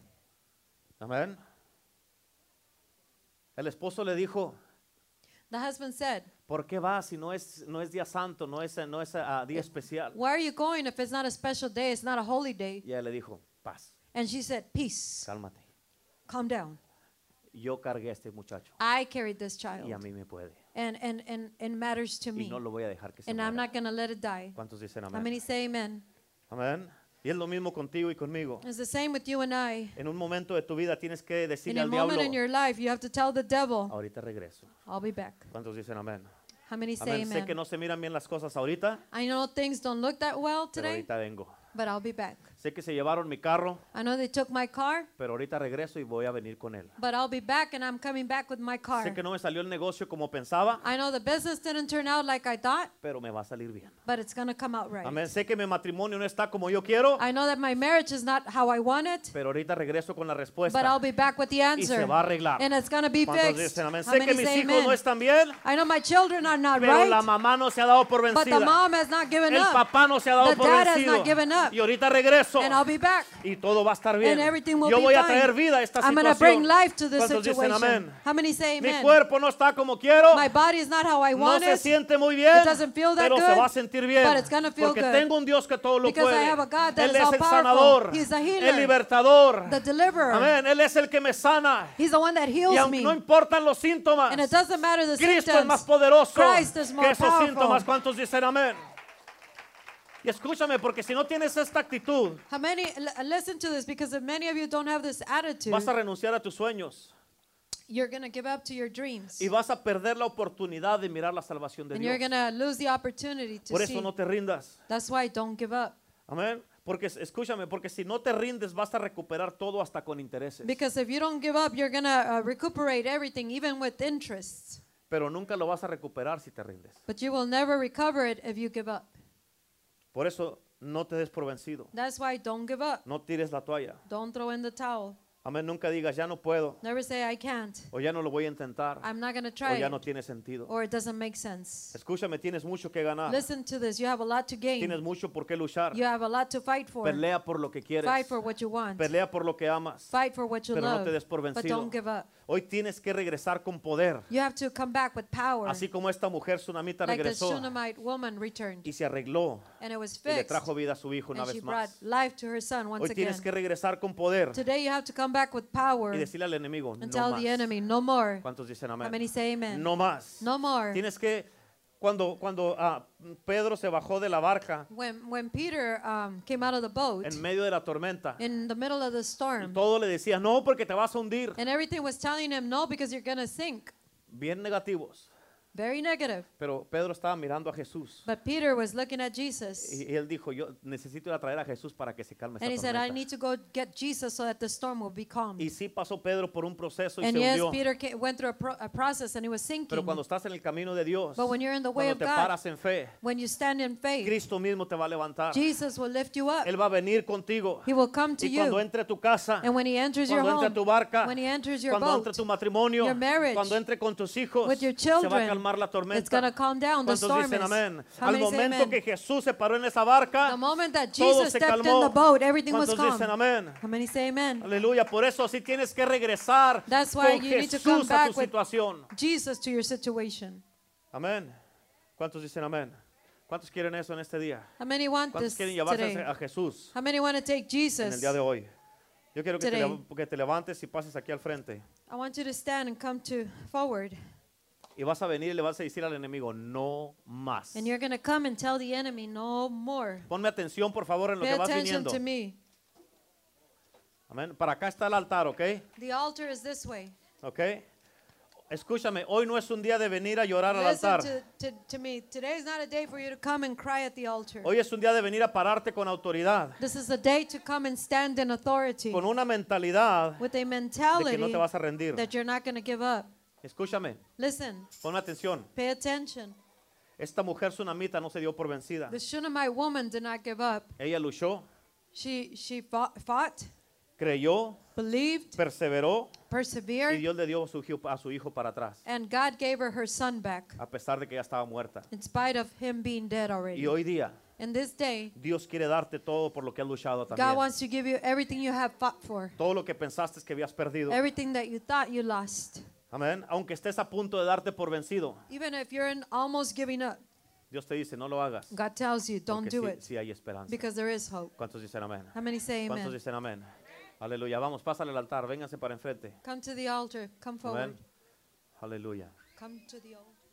Speaker 1: Amén. El esposo le dijo,
Speaker 2: The husband said,
Speaker 1: ¿por qué vas si no es, no es día santo, no es, no es ah,
Speaker 2: Eh.
Speaker 1: día especial?
Speaker 2: "Why are you going if it's not a special day? It's not a holy day?"
Speaker 1: Y ella le dijo, paz,
Speaker 2: And she said, "Peace,
Speaker 1: cálmate.
Speaker 2: calm down.
Speaker 1: Yo cargué a este muchacho
Speaker 2: I carried this
Speaker 1: y a
Speaker 2: child,
Speaker 1: mí me puede.
Speaker 2: and and and it matters to
Speaker 1: Y
Speaker 2: me,
Speaker 1: no lo voy a dejar que se
Speaker 2: and I'm
Speaker 1: muera.
Speaker 2: not gonna let it die."
Speaker 1: ¿Cuántos dicen
Speaker 2: How
Speaker 1: amén?
Speaker 2: many say amen?
Speaker 1: Amén. Y es lo mismo contigo y conmigo.
Speaker 2: It's the same with you and I.
Speaker 1: En un momento de tu vida tienes que
Speaker 2: In
Speaker 1: decirle
Speaker 2: a
Speaker 1: al
Speaker 2: moment in
Speaker 1: diablo,
Speaker 2: your life, you have to tell the devil,
Speaker 1: ahorita regreso.
Speaker 2: "I'll be back."
Speaker 1: ¿Cuántos dicen amén?
Speaker 2: How many say
Speaker 1: Amén. Sé que
Speaker 2: amen?
Speaker 1: no se miran bien las cosas ahorita,
Speaker 2: I know things don't look that well
Speaker 1: pero
Speaker 2: today,
Speaker 1: ahorita vengo.
Speaker 2: but I'll be back.
Speaker 1: Sé que se llevaron mi carro,
Speaker 2: I know they took my car,
Speaker 1: pero ahorita regreso y voy a venir con él.
Speaker 2: but I'll be back and I'm coming back with my car.
Speaker 1: Sé que no me salió el negocio como pensaba,
Speaker 2: I know the business didn't turn out like I thought,
Speaker 1: pero me va a salir bien.
Speaker 2: but it's going to come out right.
Speaker 1: Amén. Sé que mi matrimonio no está como yo quiero,
Speaker 2: I know that my marriage is not how I want it,
Speaker 1: pero ahorita regreso con la
Speaker 2: but I'll
Speaker 1: respuesta
Speaker 2: be back with the
Speaker 1: y se
Speaker 2: answer.
Speaker 1: va a arreglar.
Speaker 2: And it's going to be
Speaker 1: ¿Cuántos
Speaker 2: fixed.
Speaker 1: dicen amén?
Speaker 2: How
Speaker 1: Sé que
Speaker 2: many
Speaker 1: mis
Speaker 2: say
Speaker 1: hijos no
Speaker 2: amen?
Speaker 1: están bien,
Speaker 2: I know my children are not
Speaker 1: pero la
Speaker 2: right,
Speaker 1: mamá no se ha dado por
Speaker 2: but the
Speaker 1: vencida.
Speaker 2: mom has not given
Speaker 1: El
Speaker 2: up,
Speaker 1: papá no se ha dado
Speaker 2: The
Speaker 1: por
Speaker 2: dad has
Speaker 1: vencido.
Speaker 2: not given up.
Speaker 1: Y ahorita regreso.
Speaker 2: and I'll be back.
Speaker 1: Y todo va a estar bien.
Speaker 2: And everything will
Speaker 1: Yo
Speaker 2: be
Speaker 1: voy a
Speaker 2: fine.
Speaker 1: traer vida a esta
Speaker 2: I'm gonna
Speaker 1: situación.
Speaker 2: bring life to this
Speaker 1: ¿Cuántos dicen
Speaker 2: situation.
Speaker 1: amén?
Speaker 2: How many say
Speaker 1: Mi
Speaker 2: amen?
Speaker 1: cuerpo no está como quiero.
Speaker 2: My body is not how I
Speaker 1: No
Speaker 2: want
Speaker 1: se
Speaker 2: it
Speaker 1: siente muy bien,
Speaker 2: It doesn't feel that
Speaker 1: pero se
Speaker 2: good,
Speaker 1: va a sentir bien.
Speaker 2: but it's gonna feel
Speaker 1: porque
Speaker 2: good.
Speaker 1: tengo un Dios que todo lo
Speaker 2: Because I
Speaker 1: puede.
Speaker 2: have a God that
Speaker 1: Él
Speaker 2: is
Speaker 1: es el
Speaker 2: all-powerful.
Speaker 1: sanador,
Speaker 2: He is the healer,
Speaker 1: el libertador.
Speaker 2: the deliverer.
Speaker 1: Amén. Él es el que me sana.
Speaker 2: He's the one that
Speaker 1: Y
Speaker 2: heals
Speaker 1: aunque
Speaker 2: me.
Speaker 1: no importan los síntomas,
Speaker 2: And it doesn't matter the
Speaker 1: Cristo es más
Speaker 2: symptoms.
Speaker 1: poderoso
Speaker 2: Christ is
Speaker 1: que
Speaker 2: more
Speaker 1: esos
Speaker 2: powerful.
Speaker 1: síntomas. ¿Cuántos dicen amén? Y escúchame, porque si no tienes esta actitud,
Speaker 2: How many l- listen to this because if many of you don't have this attitude,
Speaker 1: vas a renunciar a tus sueños.
Speaker 2: you're going to give up to your dreams.
Speaker 1: y vas a perder la oportunidad de mirar la salvación de
Speaker 2: And you're
Speaker 1: Dios.
Speaker 2: going to lose the opportunity to
Speaker 1: Por
Speaker 2: see.
Speaker 1: eso no te rindas.
Speaker 2: That's why don't give up.
Speaker 1: Amén. Porque s- escúchame, porque si no te rindes vas a recuperar todo hasta con intereses,
Speaker 2: Because if you don't give up, you're going to uh, recuperate everything, even with interest.
Speaker 1: pero nunca lo vas a recuperar si te rindes.
Speaker 2: But you will never recover it if you give up.
Speaker 1: Por eso no te des por vencido.
Speaker 2: That's why don't give up.
Speaker 1: No tires la toalla.
Speaker 2: Don't throw in the towel.
Speaker 1: Amén. Nunca digas ya no puedo
Speaker 2: Never say, I can't.
Speaker 1: o ya no lo voy a intentar
Speaker 2: I'm not going to
Speaker 1: o
Speaker 2: try
Speaker 1: ya no
Speaker 2: it.
Speaker 1: tiene sentido.
Speaker 2: Or it doesn't make sense.
Speaker 1: Escúchame, tienes mucho que ganar.
Speaker 2: Listen to this. You have a lot to
Speaker 1: Tienes
Speaker 2: gain.
Speaker 1: mucho por qué luchar.
Speaker 2: You have a lot to fight for.
Speaker 1: Pelea por lo que quieres.
Speaker 2: Fight for what you want.
Speaker 1: Pelea por lo que amas.
Speaker 2: Fight for what you
Speaker 1: Pero no
Speaker 2: love.
Speaker 1: te des por
Speaker 2: But
Speaker 1: vencido.
Speaker 2: don't give up.
Speaker 1: Hoy tienes que regresar con poder,
Speaker 2: You have to come back with power.
Speaker 1: así como esta mujer tsunamita
Speaker 2: like the
Speaker 1: regresó
Speaker 2: Shunammite woman returned.
Speaker 1: y se arregló
Speaker 2: And it was
Speaker 1: y le
Speaker 2: fixed.
Speaker 1: trajo vida a su hijo una
Speaker 2: and she
Speaker 1: vez
Speaker 2: brought
Speaker 1: más.
Speaker 2: life to her son once
Speaker 1: Hoy
Speaker 2: again.
Speaker 1: tienes que regresar con poder
Speaker 2: Today you have to come back with power
Speaker 1: y decirle al enemigo, no
Speaker 2: and tell
Speaker 1: más.
Speaker 2: the enemy, no more.
Speaker 1: ¿Cuántos dicen
Speaker 2: How many
Speaker 1: amén?
Speaker 2: say amen?
Speaker 1: No más.
Speaker 2: No more.
Speaker 1: Tienes que, cuando, cuando ah, Pedro se bajó de la barca
Speaker 2: When, when Peter um, came out of the boat
Speaker 1: en medio de la tormenta,
Speaker 2: in the middle of the
Speaker 1: y
Speaker 2: storm,
Speaker 1: todo le decía, no, porque te vas a hundir.
Speaker 2: and everything was telling him, no, because you're going to sink.
Speaker 1: Bien negativos.
Speaker 2: Very negative.
Speaker 1: Pero Pedro estaba mirando a Jesús
Speaker 2: But Peter was looking at Jesus.
Speaker 1: y y él dijo, yo necesito ir a traer a Jesús para que se calme esta
Speaker 2: And he said, I
Speaker 1: tormenta.
Speaker 2: need to go get Jesus so that the storm will be calmed.
Speaker 1: Y sí pasó Pedro por un proceso y
Speaker 2: And
Speaker 1: se
Speaker 2: yes,
Speaker 1: hundió.
Speaker 2: Peter ca- went through a, pro- a process and he was sinking.
Speaker 1: Pero cuando estás en el camino de Dios,
Speaker 2: But when you're in the way
Speaker 1: cuando
Speaker 2: of
Speaker 1: te
Speaker 2: God,
Speaker 1: paras en fe,
Speaker 2: When you stand in faith,
Speaker 1: Cristo mismo te va a levantar.
Speaker 2: Jesus will lift you up.
Speaker 1: Él va a venir contigo.
Speaker 2: He will come to
Speaker 1: Y cuando
Speaker 2: you.
Speaker 1: entre a tu casa,
Speaker 2: And when he enters your
Speaker 1: cuando entre a tu
Speaker 2: home,
Speaker 1: barca,
Speaker 2: when he enters your
Speaker 1: cuando entre a
Speaker 2: boat,
Speaker 1: tu matrimonio,
Speaker 2: your marriage,
Speaker 1: cuando entre con tus hijos,
Speaker 2: with your
Speaker 1: se va a
Speaker 2: children,
Speaker 1: calmar la
Speaker 2: it's going
Speaker 1: tormenta.
Speaker 2: to calm down. The
Speaker 1: ¿Cuántos
Speaker 2: storm
Speaker 1: dicen
Speaker 2: is.
Speaker 1: amén?
Speaker 2: How
Speaker 1: Al
Speaker 2: many say
Speaker 1: momento
Speaker 2: amen?
Speaker 1: que Jesús se paró en esa barca,
Speaker 2: The moment that
Speaker 1: todo
Speaker 2: Jesus
Speaker 1: se
Speaker 2: stepped
Speaker 1: calmó.
Speaker 2: in the boat, everything was
Speaker 1: ¿Cuántos
Speaker 2: calm.
Speaker 1: dicen amén?
Speaker 2: How many say amen?
Speaker 1: Aleluya, por eso sí tienes que regresar
Speaker 2: That's
Speaker 1: con
Speaker 2: why you need to come
Speaker 1: Jesús a tu
Speaker 2: back with-
Speaker 1: situación.
Speaker 2: Jesus to your situation.
Speaker 1: Amén. ¿Cuántos dicen amén? ¿Cuántos quieren eso en este día?
Speaker 2: How many want
Speaker 1: ¿Cuántos
Speaker 2: this
Speaker 1: quieren llevarse
Speaker 2: today?
Speaker 1: a Jesús
Speaker 2: How many want to take
Speaker 1: en el
Speaker 2: Jesus?
Speaker 1: día de hoy? Yo quiero que te,
Speaker 2: Today.
Speaker 1: lev- que te levantes y pases aquí al frente
Speaker 2: I want you to stand and come to forward.
Speaker 1: y vas a venir y le vas a decir al enemigo, no más.
Speaker 2: And you're going to come and tell the enemy no more.
Speaker 1: Ponme atención, por favor, en lo
Speaker 2: Pay
Speaker 1: que vas
Speaker 2: attention
Speaker 1: viniendo.
Speaker 2: to me.
Speaker 1: Amén. Para acá está el altar, ¿ok?
Speaker 2: The altar is this way.
Speaker 1: ¿Ok? Escúchame, hoy no es un día de venir a llorar al
Speaker 2: Listen
Speaker 1: altar.
Speaker 2: to, to, to me. Today is not a day for you to come and cry at the altar.
Speaker 1: Hoy es un día de venir a pararte con autoridad,
Speaker 2: This is a day to come and stand in authority
Speaker 1: con una mentalidad
Speaker 2: with
Speaker 1: de
Speaker 2: a
Speaker 1: que no
Speaker 2: mentality
Speaker 1: te vas a rendir.
Speaker 2: that you're not going to give up.
Speaker 1: Escúchame,
Speaker 2: Listen,
Speaker 1: ponme atención.
Speaker 2: pay attention.
Speaker 1: Esta mujer tsunamita no se dio por vencida.
Speaker 2: The Shunammite woman did not give up.
Speaker 1: Ella luchó,
Speaker 2: She, she fought, fought,
Speaker 1: creyó,
Speaker 2: believed,
Speaker 1: perseveró y
Speaker 2: persevered,
Speaker 1: Dios le dio su hijo- a su hijo para atrás,
Speaker 2: and God gave her her son back
Speaker 1: a pesar de que ya estaba muerta.
Speaker 2: in spite of him being dead
Speaker 1: Y
Speaker 2: already.
Speaker 1: hoy día
Speaker 2: And this day,
Speaker 1: Dios quiere darte todo por lo que has luchado
Speaker 2: God
Speaker 1: también.
Speaker 2: wants to give you everything you have fought for,
Speaker 1: Todo lo que pensaste que habías perdido.
Speaker 2: everything that you thought you lost.
Speaker 1: Amén. Aunque estés a punto de darte por vencido,
Speaker 2: Even if you're in almost giving up,
Speaker 1: Dios te dice, no lo hagas.
Speaker 2: God tells you, don't
Speaker 1: Porque
Speaker 2: do
Speaker 1: sí,
Speaker 2: it
Speaker 1: sí hay esperanza.
Speaker 2: because there is hope.
Speaker 1: ¿Cuántos dicen amén?
Speaker 2: How many say
Speaker 1: ¿Cuántos
Speaker 2: amen?
Speaker 1: dicen amén? Aleluya. Vamos, pásale al altar. Vénganse para enfrente.
Speaker 2: Come to the altar. Come forward.
Speaker 1: Amén. Aleluya.
Speaker 2: Come to the altar.